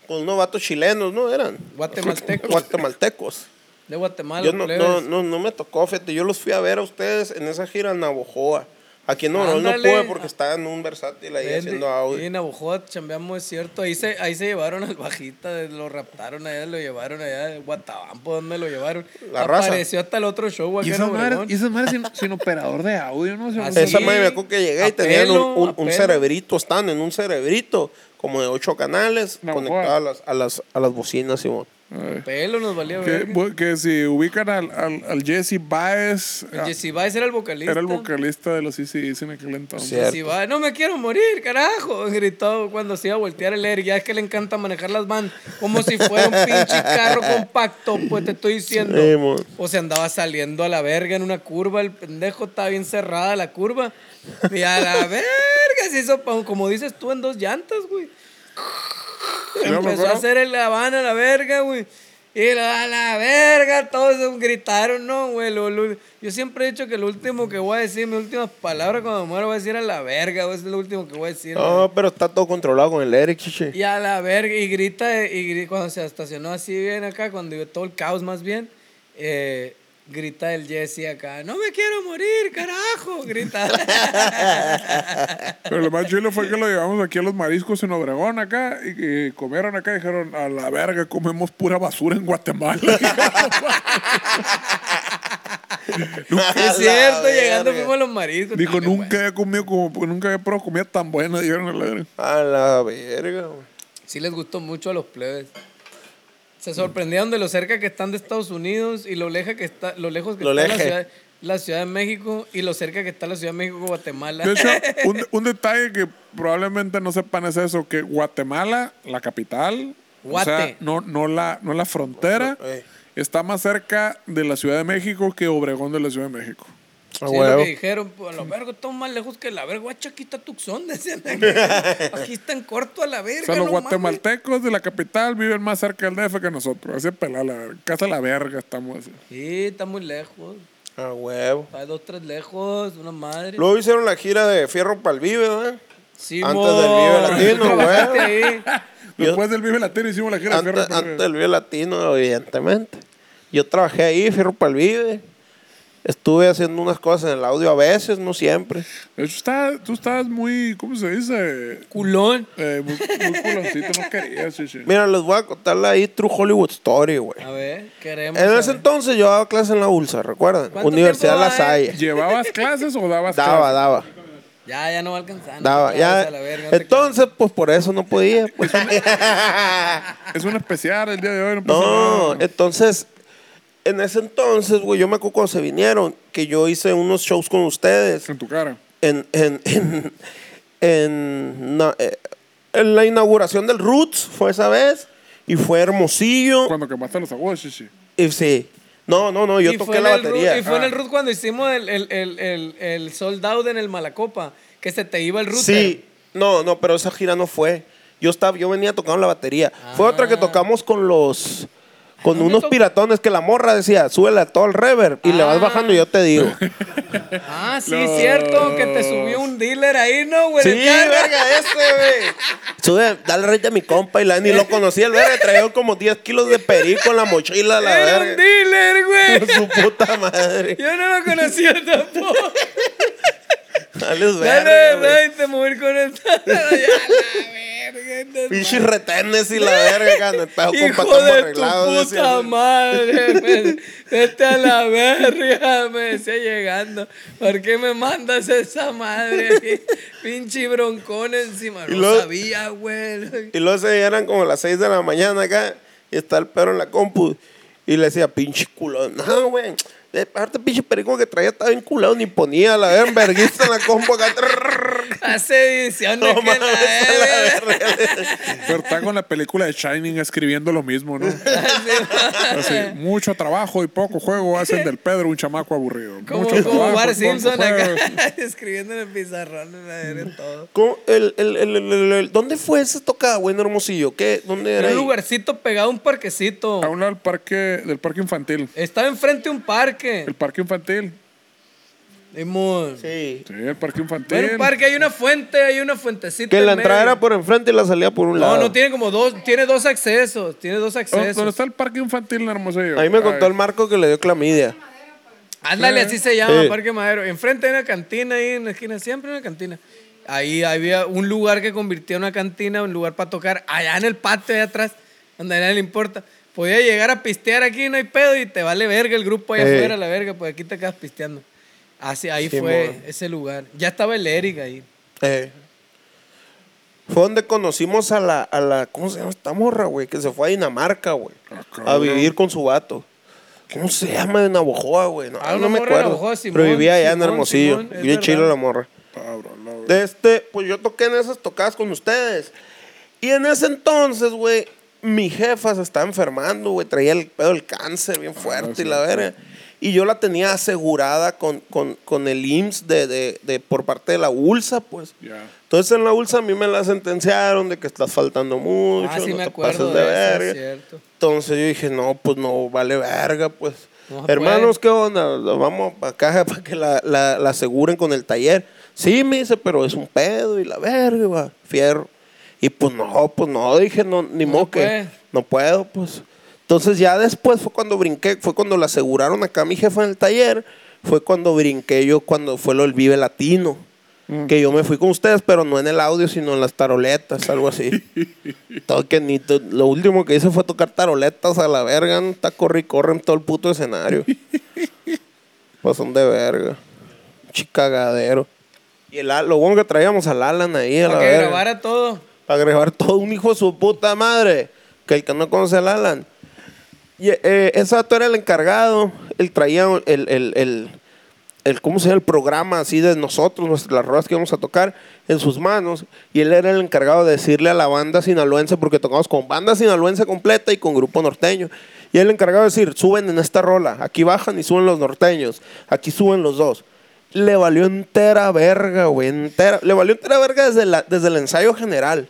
Con unos vatos chilenos, ¿no? Eran
Guatemaltecos.
guatemaltecos.
De Guatemala,
Yo no,
plebes.
no, no, no me tocó, fíjate. Yo los fui a ver a ustedes en esa gira en Navojoa. Aquí en Nuevo León no
Ándale.
pude porque estaba en un versátil ahí
Ven,
haciendo
Y
audio.
en Abujot chambeamos, es cierto. Ahí se, ahí se llevaron al bajita, lo raptaron allá, lo llevaron allá de Guatabampo, ¿dónde lo llevaron?
La raza.
Apareció hasta el otro show aquí
Y
en
esa madre,
Obregón.
y esa madre sin, sin operador de audio, ¿no? Se me
Así
hace-
Esa madre me acuerdo que llegué y
a
tenían un,
pelo,
un-
a
un
pelo.
cerebrito, están en un cerebrito como de ocho canales
No,
conectado a las, a las, a las bocinas, Simón.
Ay.
Pelo nos valía
Que,
ver.
bu- que si ubican al, al, al Jesse Baez, a-
Jesse Baez era el vocalista.
era el vocalista de los ECDs en aquel entonces.
Cierto.
Jesse Baez, no me quiero morir, carajo, gritó cuando se iba a voltear el Eric. Ya es que le encanta manejar las van como si fuera un pinche carro compacto, pues te estoy diciendo.
Simón.
O se andaba saliendo a la verga en una curva, el pendejo estaba bien cerrada la curva. Y a la verga se hizo, pa- como dices tú, en dos llantas, güey.
me
Empezó a
acuerdo.
hacer el habana a la verga, güey. Y lo- a la verga, todos gritaron, no, güey. lo- lo- yo siempre he dicho que lo último que voy a decir, mis últimas palabras cuando me muero, voy a decir a la verga, güey. Es lo último que voy a decir. güey.
No, pero está todo controlado con el Eric, chiche.
Y a la verga, y grita, y gri- cuando se estacionó así bien acá, cuando yo todo el caos más bien, eh, grita el Jesse acá, no me quiero morir, carajo, grita.
Pero lo más chulo fue que lo llevamos aquí a los mariscos en Obregón acá y, y comieron acá y dijeron, a la verga, comemos pura basura en Guatemala.
es
A la
cierto,
verga.
llegando fuimos a los mariscos.
Dijo,
también,
nunca había comido como, nunca había probado comida tan buena, dijeron a la verga.
A la verga, güey.
güey. Sí les gustó mucho a los plebes. Se sorprendieron de lo cerca que están de Estados Unidos y lo, leja que está, lo lejos que
Lo
está la
leje.
ciudad, la Ciudad de México y lo cerca que está la Ciudad de México con Guatemala.
De hecho, un, un detalle que probablemente no sepan es eso, que Guatemala, la capital, o sea,
Guate.
no, no, la, no la frontera,
Ey.
está más cerca de la Ciudad de México que Obregón de la Ciudad de México.
A
Sí,
huevo.
lo que dijeron, pues, a la verga, estamos más lejos que la verga. Guacho, aquí está Tucson, decían. Aquí está en corto a la verga.
O sea, los
no mames.
guatemaltecos de la capital viven más cerca del DF que nosotros. Así es pelada la verga. Casa la verga estamos así.
Sí, está muy lejos.
A huevo.
Está dos, tres lejos, una madre.
Luego hicieron la gira de Fierro para el Vive, ¿verdad?
Sí,
Antes
mo,
del Vive
tú
Latino, güey.
trabajaste ahí.
Después del Vive Latino hicimos la gira de
Antes,
Fierro.
antes del Vive Latino, evidentemente. Yo trabajé ahí, Fierro para el Vive. Estuve haciendo unas cosas en el audio a veces, no siempre.
De hecho, está- tú estabas muy, ¿cómo se dice?
Culón.
Eh, muy, muy culoncito, no querías, sí, sí.
Mira, les voy a contar la ahí True Hollywood Story, güey.
Ah, A ver, queremos.
En
saber.
ese entonces yo daba clases en la ULSA, ¿recuerdan?
¿Cuánto
Universidad
tiempo
La
va, eh?
Salle.
¿Llevabas clases o dabas
Daba,
clases?
daba,
Ya, ya no va a alcanzar. no
daba.
te
Ya.
vayas a la verga, no te
Entonces, pues por eso no podía. pues.
Es un especial el día de hoy. No, pasa
No,
nada.
entonces, en ese entonces, güey, yo me acuerdo cuando se vinieron, que yo hice unos shows con ustedes
En tu cara.
en, en, en, en, na- eh, en la inauguración del Roots, fue esa vez, y fue hermosillo.
Cuando quemaste los aguas, sí, sí.
Y sí, no, no, no, yo
Y fue
toqué
en
la
el Ru-
batería. Ah.
Y fue en el Ruth cuando hicimos el, el, el, el, el sold out en el Malacopa, que se te iba el router.
Sí, no, no, pero esa gira no fue. Yo estaba, yo venía tocando la batería. Fue otra que tocamos con los con unos
Ah. to-
piratones que la morra decía, súbele a todo el reverb y le vas
Ah.
bajando y yo te digo.
Ah, sí, cierto, que te subió un dealer ahí, ¿no, güey?
sí,
De carga.
verga, este, güey. Sube, dale rey a mi compa y la ni lo conocía el verga, traía como 10 kilos de perico en la mochila, la
Era un
verga.
dealer, güey.
Su puta madre.
Yo no lo conocía tampoco.
Dale, verga,
Dale,
güey.
dale, te mover con esta. Ya, la verga. este-
Pinches retenes y la verga, neta, con
Hijo
patamos
de tu
arreglados.
puta
decía.
madre, me- vete a la verga, me decía llegando. ¿Por qué me mandas esa madre? Pinche broncón encima.
Y
No
luego-
sabía, güey.
Y luego se eran como las 6 de la mañana acá. Y está el perro en la compu. Y le decía, pinche culo. No, güey. De parte, pinche perico que traía estaba bien culado. Ni ponía la verga verguista en la compu acá. Trrr,
Hace edición
no
que la
mames, a la
verga.
verga.
Pero está con la película de Shining escribiendo lo mismo, ¿no? Así, mucho trabajo y poco juego hacen del Pedro un chamaco aburrido.
Como,
mucho
como
trabajo y
Bart
poco
Simpson
juego.
acá, escribiendo en el pizarrón, en la verga, todo.
¿Cómo? El, el, el, el- el- el- ¿Dónde fue esa tocada, güey, en Hermosillo? ¿Qué? ¿Dónde era?
Un
ahí?
lugarcito pegado a un parquecito.
A un lado del parque, del parque infantil.
Estaba enfrente de un parque.
El parque infantil.
Simón.
Sí.
Sí, el parque infantil.
Bueno, un parque, hay una fuente, hay una fuentecita.
Que
en
la entrada
medio.
era por enfrente y la salida por un
No,
lado.
no, tiene como dos, tiene dos accesos, tiene dos
¿Dó- Oh, ¿Dónde
accesos.
está el parque infantil en Hermosillo?
Ahí me contó
Ay,
el Marco que le dio clamidia.
Ándale, así se llama,
Sí.
Parque Madero. Enfrente hay una cantina ahí en la esquina, siempre una cantina. Ahí había un lugar que convirtió en una cantina, un lugar para tocar, allá en el patio, allá atrás, donde a nadie le importa. Podía llegar a pistear aquí, no hay pedo, y te vale verga el grupo allá
Ey.
afuera, la verga, pues aquí te quedas pisteando. Así, ahí
Sí,
fue
mon.
ese lugar. Ya estaba el Eric ahí.
Eh. Fue donde conocimos a la, a la, ¿cómo se llama esta morra, güey? Que se fue a Dinamarca, güey. A vivir con su vato. ¿Cómo se llama de Navojoa, güey? No,
Ah,
no
una
me
morra de
acuerdo.
Navojoa, Simón,
pero vivía allá en
Simón,
Hermosillo.
Simón, es
Bien chila
verdad.
la morra.
Cabrón, no, güey.
De este, pues yo toqué en esas tocadas con ustedes. Y en ese entonces, güey, mi jefa se estaba enfermando, güey. Traía el pedo del cáncer bien fuerte y la verga. Y yo la tenía asegurada con, con, con el IMSS de, de, de- por parte de la ULSA, pues.
Ya.
Entonces en la ULSA a mí me la sentenciaron de que estás faltando mucho,
ah, sí,
no
me
te
acuerdo
pases
de,
de
eso, es
verga.
cierto.
Entonces yo dije, no, pues no, vale verga, pues.
No se
Hermanos, ¿qué onda? Vamos para acá para que la, la- la aseguren con el taller. Sí, me dice, pero es un pedo y la verga, va, fierro. Y pues no, pues no, dije, no, ni
No
moque.
puede.
No puedo, pues. Entonces ya después fue cuando brinqué, fue cuando la aseguraron acá a mi jefa en el taller, fue cuando brinqué yo cuando fue lo del Vive Latino.
Mm.
Que yo me fui con ustedes, pero no en el audio, sino en las taroletas, algo así. Toque ni to- Lo último que hice fue tocar taroletas a la verga. Un taco y corren todo el puto escenario. pues son de verga. Chicagadero. Y el, Al- lo bueno que traíamos al Alan ahí a la
Para que
verga.
grabara todo.
Para grabar todo un hijo de su puta madre. Que el que no conoce al Alan. Y, eh, ese vato era el encargado. Él traía el, el, el, el- ¿cómo se llama? El programa así de nosotros, nuestras, las rolas que íbamos a tocar en sus manos. Y él era el encargado de decirle a la banda sinaloense, porque tocamos con banda sinaloense completa y con grupo norteño. Y él el encargado de decir, suben en esta rola, aquí bajan y suben los norteños, aquí suben los dos. Le valió entera verga, güey, entera. Le valió entera verga desde, la, desde el ensayo general.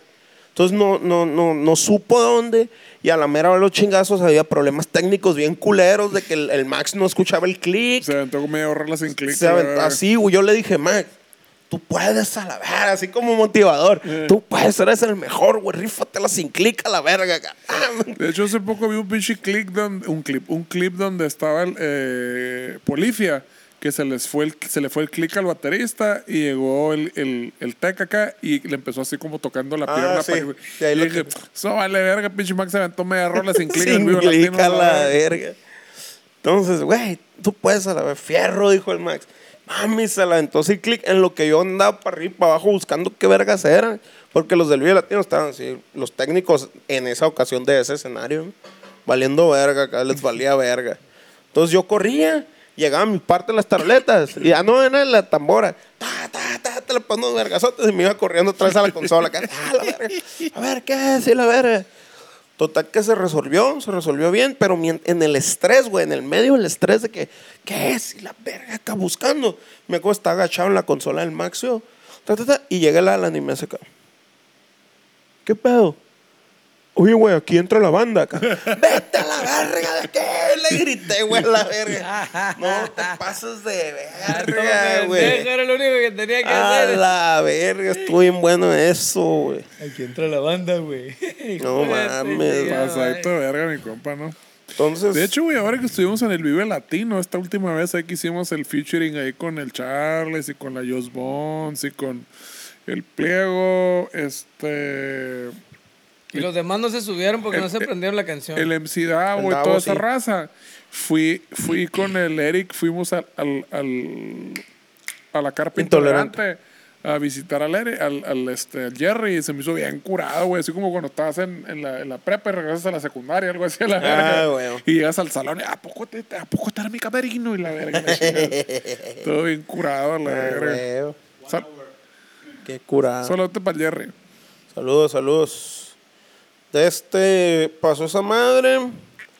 Entonces no, no, no, no supo dónde y a la mera hora de los chingazos había problemas técnicos bien culeros de que el, el Max no escuchaba el click.
Se aventó con medio rola sin clic.
Se
a la
aventó ah,
verga.
así, güey. Yo le dije, Max, tú puedes a la verga, así como motivador. Tú puedes, eres el mejor, güey. Rífatela sin clic a la verga. ca-
De hecho, hace poco vi un pinche clip donde, un clip, un clip donde estaba el, eh, Polifia, que se les fue el, se le fue el click al baterista y llegó el, el, el tec acá y le empezó así como tocando la
Ah,
pierna
sí.
para que-
Y ahí
y
lo
dije,
que-
eso vale verga, pinche Max se aventó media rola sin click en
sin
vivo
clic
latino,
a
la
la
verga.
verga. Entonces, güey, tú puedes a la verga. Fierro, dijo el Max. Mami, se la aventó sin clic en lo que yo andaba para arriba y para abajo buscando qué vergas eran. Porque los del Vive Latino estaban así, los técnicos en esa ocasión de ese escenario, ¿no? valiendo verga, acá les valía verga. Entonces yo corría, llegaba a mi parte de las tabletas, y ya no era la tambora. Ta, ta, ta, te le pongo vergazotes y me iba corriendo otra vez a la consola. acá, "Ah, la verga. A ver, ¿qué es? Sí, la verga. Total que se resolvió, se resolvió bien, pero mien- en el estrés, güey, en el medio del estrés de que, ¿qué es? Y la verga acá buscando. Me acuerdo, estaba agachado en la consola del Maxio. ta, ta, ta, y llega el Alan y me hace acá. ¿Qué pedo? Oye, güey, aquí entra la banda acá. ¡Vete a la verga de qué! Le grité, güey, a la verga. No te pases de
Ah, todo
verga,
pendejo,
güey.
Era lo único que tenía que
A
hacer.
la verga, estuvo bien bueno eso, güey.
Aquí entra la banda, güey.
No mames,
Pasadito de verga, mi compa, ¿no?
Entonces.
De hecho, güey, ahora que estuvimos en el Vive Latino, esta última vez ahí que hicimos el featuring ahí con el Charles y con la Joss Bonds y con el Pliego, este.
Y los demás no se subieron porque no se prendieron la canción.
El MC Davo
El
y
Davo,
toda esa
sí.
raza. Fui, fui con el Eric, fuimos al, al, al- a la carpa
Intolerante.
intolerante. a visitar al, Eric, al, al, este, al Jerry y se me hizo bien curado, güey. Así como cuando estabas en, en la, en la prepa y regresas a la secundaria, algo así a
Ah,
la verga.
güey.
Y llegas al salón, y, ¿a poco, te, te- ¿a poco está mi camerino? Y la verga, la chingada. Todo bien curado, a la
Ay,
verga.
Ah, eh, güey,
Sal-
Qué curado.
Saludos para el Jerry.
Saludos, saludos. De este pasó esa madre.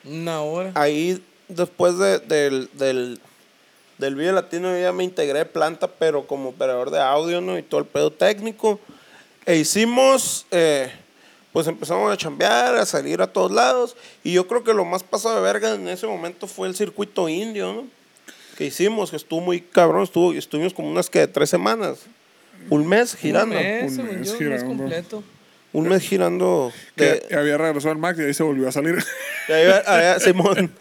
Una hora.
Ahí después de- del, del, del video latino yo ya me integré de planta, pero como operador de audio, ¿no? Y todo el pedo técnico. E hicimos, eh, pues empezamos a chambear, a salir a todos lados. Y yo creo que lo más pasado de verga en ese momento fue el circuito indio, ¿no? Que hicimos, que estuvo muy cabrón, estuvo, estuvimos como unas que tres semanas, un mes girando.
Un mes, según
mes
yo, un mes
girando.
completo.
Un mes girando.
Que
de-
había regresado el Max y ahí se volvió a salir.
de ahí va- había- Simón.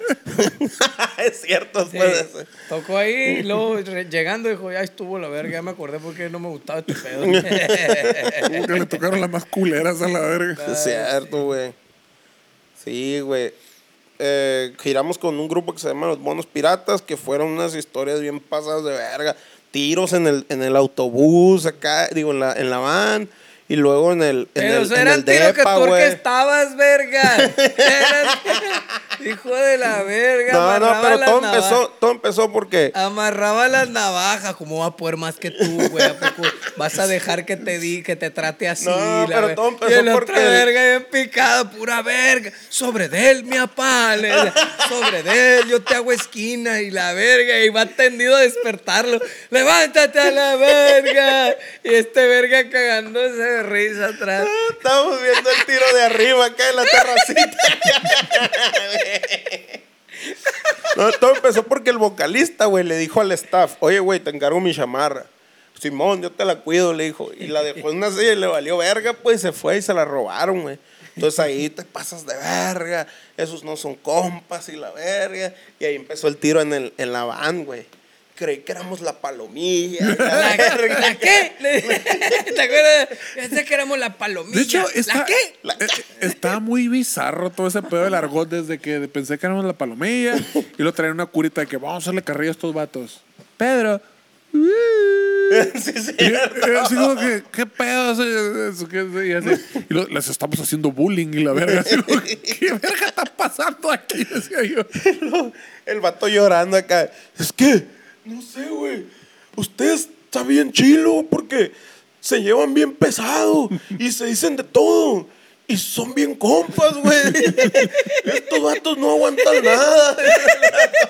es cierto,
Sí.
después de ese.
Tocó ahí y luego re- llegando dijo, ya estuvo la verga, ya me acordé porque no me gustaba este pedo.
Como que le tocaron las más culeras a la
Ah,
verga.
Es cierto, güey. Sí, güey. Eh, giramos con un grupo que se llama Los Monos Piratas, que fueron unas historias bien pasadas de verga. Tiros en el, en el autobús, acá, digo, en la, en la van. Y luego en el. En
Pero
el, en
eran
el
tiros que
depa,
tú
güey.
estabas, verga. Eran- Hijo de la verga.
No, no,
amarraba
pero
las
todo
navajas.
empezó, todo empezó porque.
Amarraba las navajas, ¿cómo va a poder más que tú, güey? ¿A poco vas a dejar que te di, que te trate así?
No,
la
pero
ver-
todo empezó
y el otro
porque-
verga bien picado, pura verga. Sobre de él, mi apá, le decía, sobre de él, yo te hago esquina y la verga. Y va tendido a despertarlo. Levántate a la verga. Y este verga cagándose de risa atrás.
Estamos viendo el tiro de arriba acá en la terracita. No, todo empezó porque el vocalista, güey, le dijo al staff, oye, güey, te encargo mi chamarra. Simón, yo te la cuido, le dijo. Y la dejó en una silla y le valió verga, pues y se fue y se la robaron, güey. Entonces ahí te pasas de verga, esos no son compas y la verga. Y ahí empezó el tiro en, el, en la van, güey. Creí que éramos la palomilla. y la
¿La,
verga.
la qué? ¿Te acuerdas? Pensé que éramos la palomilla.
De hecho,
¿La
está,
qué?
eh, está muy bizarro todo ese pedo del argot desde que pensé que éramos la palomilla y lo traían una curita de que vamos a hacerle carrilla a estos vatos. Pedro.
Sí, sí.
Y, eh, así como que, ¿qué pedo? es eso? ¿Qué es? Y, así, y lo- les estamos haciendo bullying y la verga. así como que, ¿Qué verga está pasando aquí? Decía yo.
El vato llorando acá. Es que, no sé, güey. Usted está bien chilo porque se llevan bien pesado y se dicen de todo. Y son bien compas, güey. Estos vatos no aguantan nada.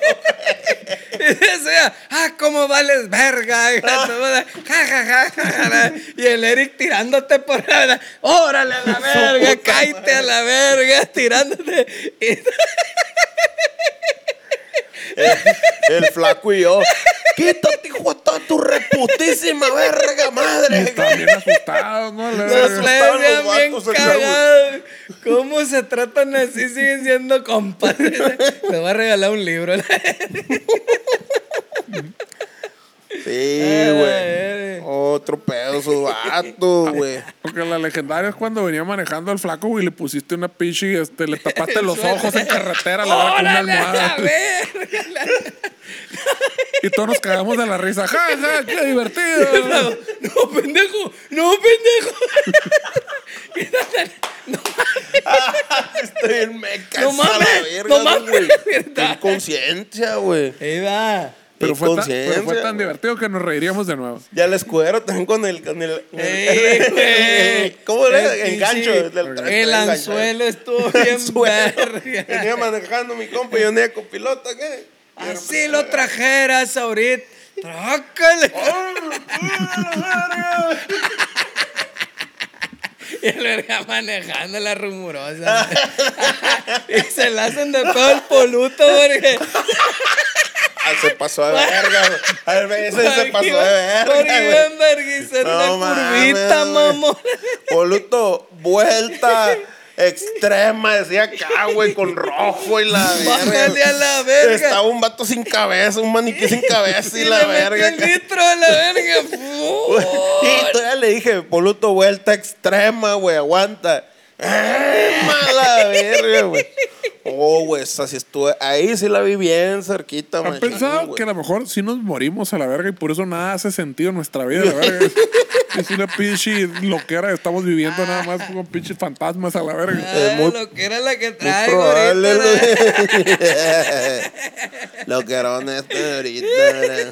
O sea, ah, cómo vales verga. Y, la toda- ja, ja, ja, ja, ja, la- y el Eric tirándote por la verga. Órale a la verga, cállate a la verga, tirándote. Y-
El flaco y yo. Quítate, hijo de toda tu reputísima verga madre.
Estaban bien asustados, ¿no? La
Los
verga.
asustaron los
lesbian bien
vatos acá, güey.
cagados. ¿Cómo se tratan así? Siguen siendo compas. Te va a regalar un libro.
Sí,
güey.
Otro pedo, su vato, güey.
Porque la legendaria es cuando venía manejando al flaco, güey, le pusiste una pinche y este, le tapaste los ojos en carretera, la verga, con una
¡Órale a la
almohada.
verga!
Y todos nos cagamos de la risa. ¡Ja, ja! ¡Qué divertido!
No, no, pendejo, no, pendejo.
Estoy en meca.
No
esa la
mames,
verga,
no mames,
güey.
¿verdad?
Con conciencia, güey.
Ahí va.
Pero fue, tan,
Inconsciencia,
pero fue tan
güey.
divertido que nos reiríamos de nuevo.
Ya les cuero también con el. Con el, con el-
Ey, güey.
¿Cómo
El
era?
pinche-
El gancho. del- del-
El
del- del gancho.
anzuelo estuvo
El
bien
anzuelo. Venía
verga.
manejando mi compa y yo andaba copiloto, ¿qué?
Así lo trajeras ahorita. Trácale. Y el verga manejando la rumorosa. y se la hacen de todo el poluto, porque.
Ah, se pasó de verga, güey. A veces se pasó de
Porque
verga,
iban verguiza en
No
una
mames,
curvita,
güey.
mamón.
güey. Poluto, vuelta extrema, decía acá, güey, con rojo y la
Bájale a
verga.
la verga.
Estaba un vato sin cabeza, un maniquí sin cabeza y la
le metió
verga.
el
acá.
litro a la verga. ¡Fu!
Y todavía le dije, Poluto, vuelta extrema, güey, aguanta. ¡Ay, Mala verga, güey. Oh, güey, esa sí estuve. Ahí sí la vi bien cerquita,
¿Han
man.
pensado que a lo mejor sí nos morimos a la verga y por eso nada hace sentido en nuestra vida, la verga? es una pinche loquera que estamos viviendo nada más con pinches fantasmas a la verga.
Ah,
muy-
lo que era la que
Muy
traigo
probable,
ahorita. ¿verdad?
güey. Lo que era honesto ahorita, ¿verdad?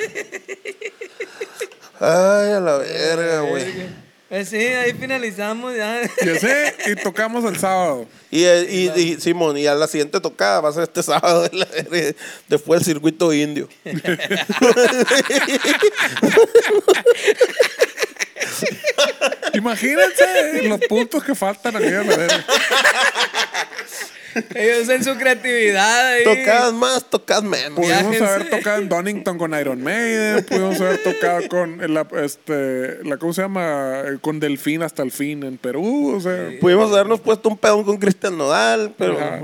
Ay, a la verga, güey.
Pues sí, ahí finalizamos ya.
Ya sé, y tocamos el sábado.
Y, eh, y, y, Simón, y a la siguiente tocada va a ser este sábado, la verga. después del circuito indio.
Imagínense los puntos que faltan aquí a la verga.
Ellos usan su creatividad ahí.
Tocas más, tocas menos.
Pudimos
Viájense.
haber tocado en Donington con Iron Maiden, pudimos haber tocado con eh, la, este, la, ¿cómo se llama? Eh, Con Delfín hasta el fin en Perú, o sea,
Pudimos habernos puesto un pedón con Cristian Nodal, pero.
ajá.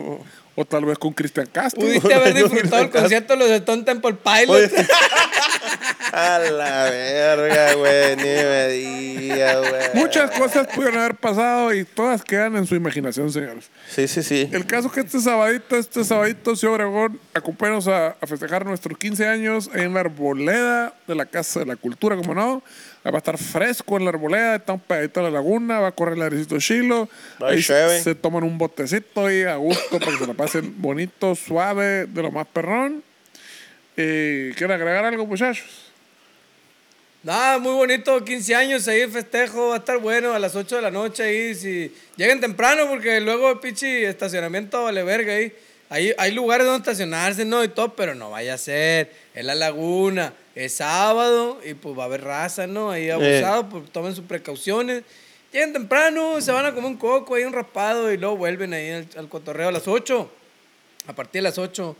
o tal vez con Cristian Castro.
Pudiste haber disfrutado el concierto de los de Stone Temple Pilots.
A la verga, güey. Ni me digas, güey.
Muchas cosas pudieron haber pasado y todas quedan en su imaginación, señores.
Sí, sí, sí.
El caso es que este sabadito, este sabadito, señor Obregón, acompáñanos a, a festejar nuestros 15 años en la arboleda de la Casa de la Cultura, como no. Ah, Va a estar fresco en la arboleda, está un pedadito a la laguna, va a correr el airecito chilo.
Va a ir
Ahí
chévere.
se, se toman un botecito y a gusto para que se la pasen bonito, suave, de lo más perrón. Eh, ¿Quieren agregar algo, muchachos?
Nada, muy bonito, 15 años ahí, festejo, va a estar bueno a las 8 de la noche ahí, si lleguen temprano porque luego pichi estacionamiento vale verga ahí. Hay, hay lugares donde estacionarse, no, y todo, pero no vaya a ser, es la laguna, es sábado y pues va a haber raza, ¿no? Ahí abusado, pues tomen sus precauciones. Lleguen temprano, se van a comer un coco, ahí un raspado y luego vuelven ahí al, al cotorreo a las 8, a partir de las 8.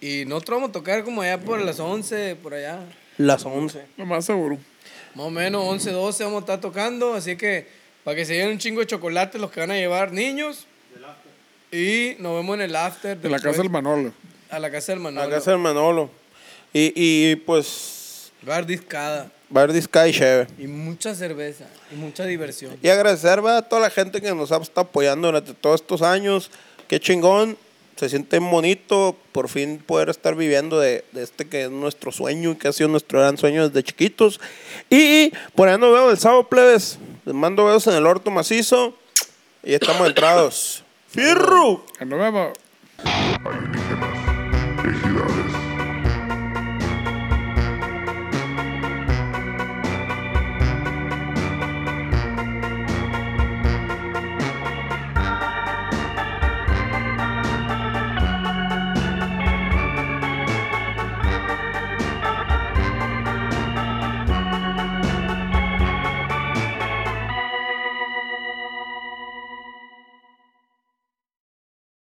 Y nosotros vamos a tocar como allá por las 11, por allá.
Las 11.
Lo más seguro.
Más o menos 11, 12 vamos a estar tocando, así que para que se lleven un chingo de chocolate los que van a llevar niños. Y nos vemos en el after.
De la
después,
Casa del Manolo.
A la casa del Manolo.
Acá es el Manolo. Y, y pues.
Va a haber discada
Va a haber disca y chévere.
y mucha cerveza y mucha diversión.
Y agradecer va, a toda la gente que nos ha estado apoyando durante todos estos años. Qué chingón. Se siente bonito por fin poder estar viviendo de, de este que es nuestro sueño y que ha sido nuestro gran sueño desde chiquitos. Y por ahí nos vemos el sábado, plebes. Les mando besos en el orto macizo. Y estamos entrados. ¡Fierro!
Que nos vemos.
entidades.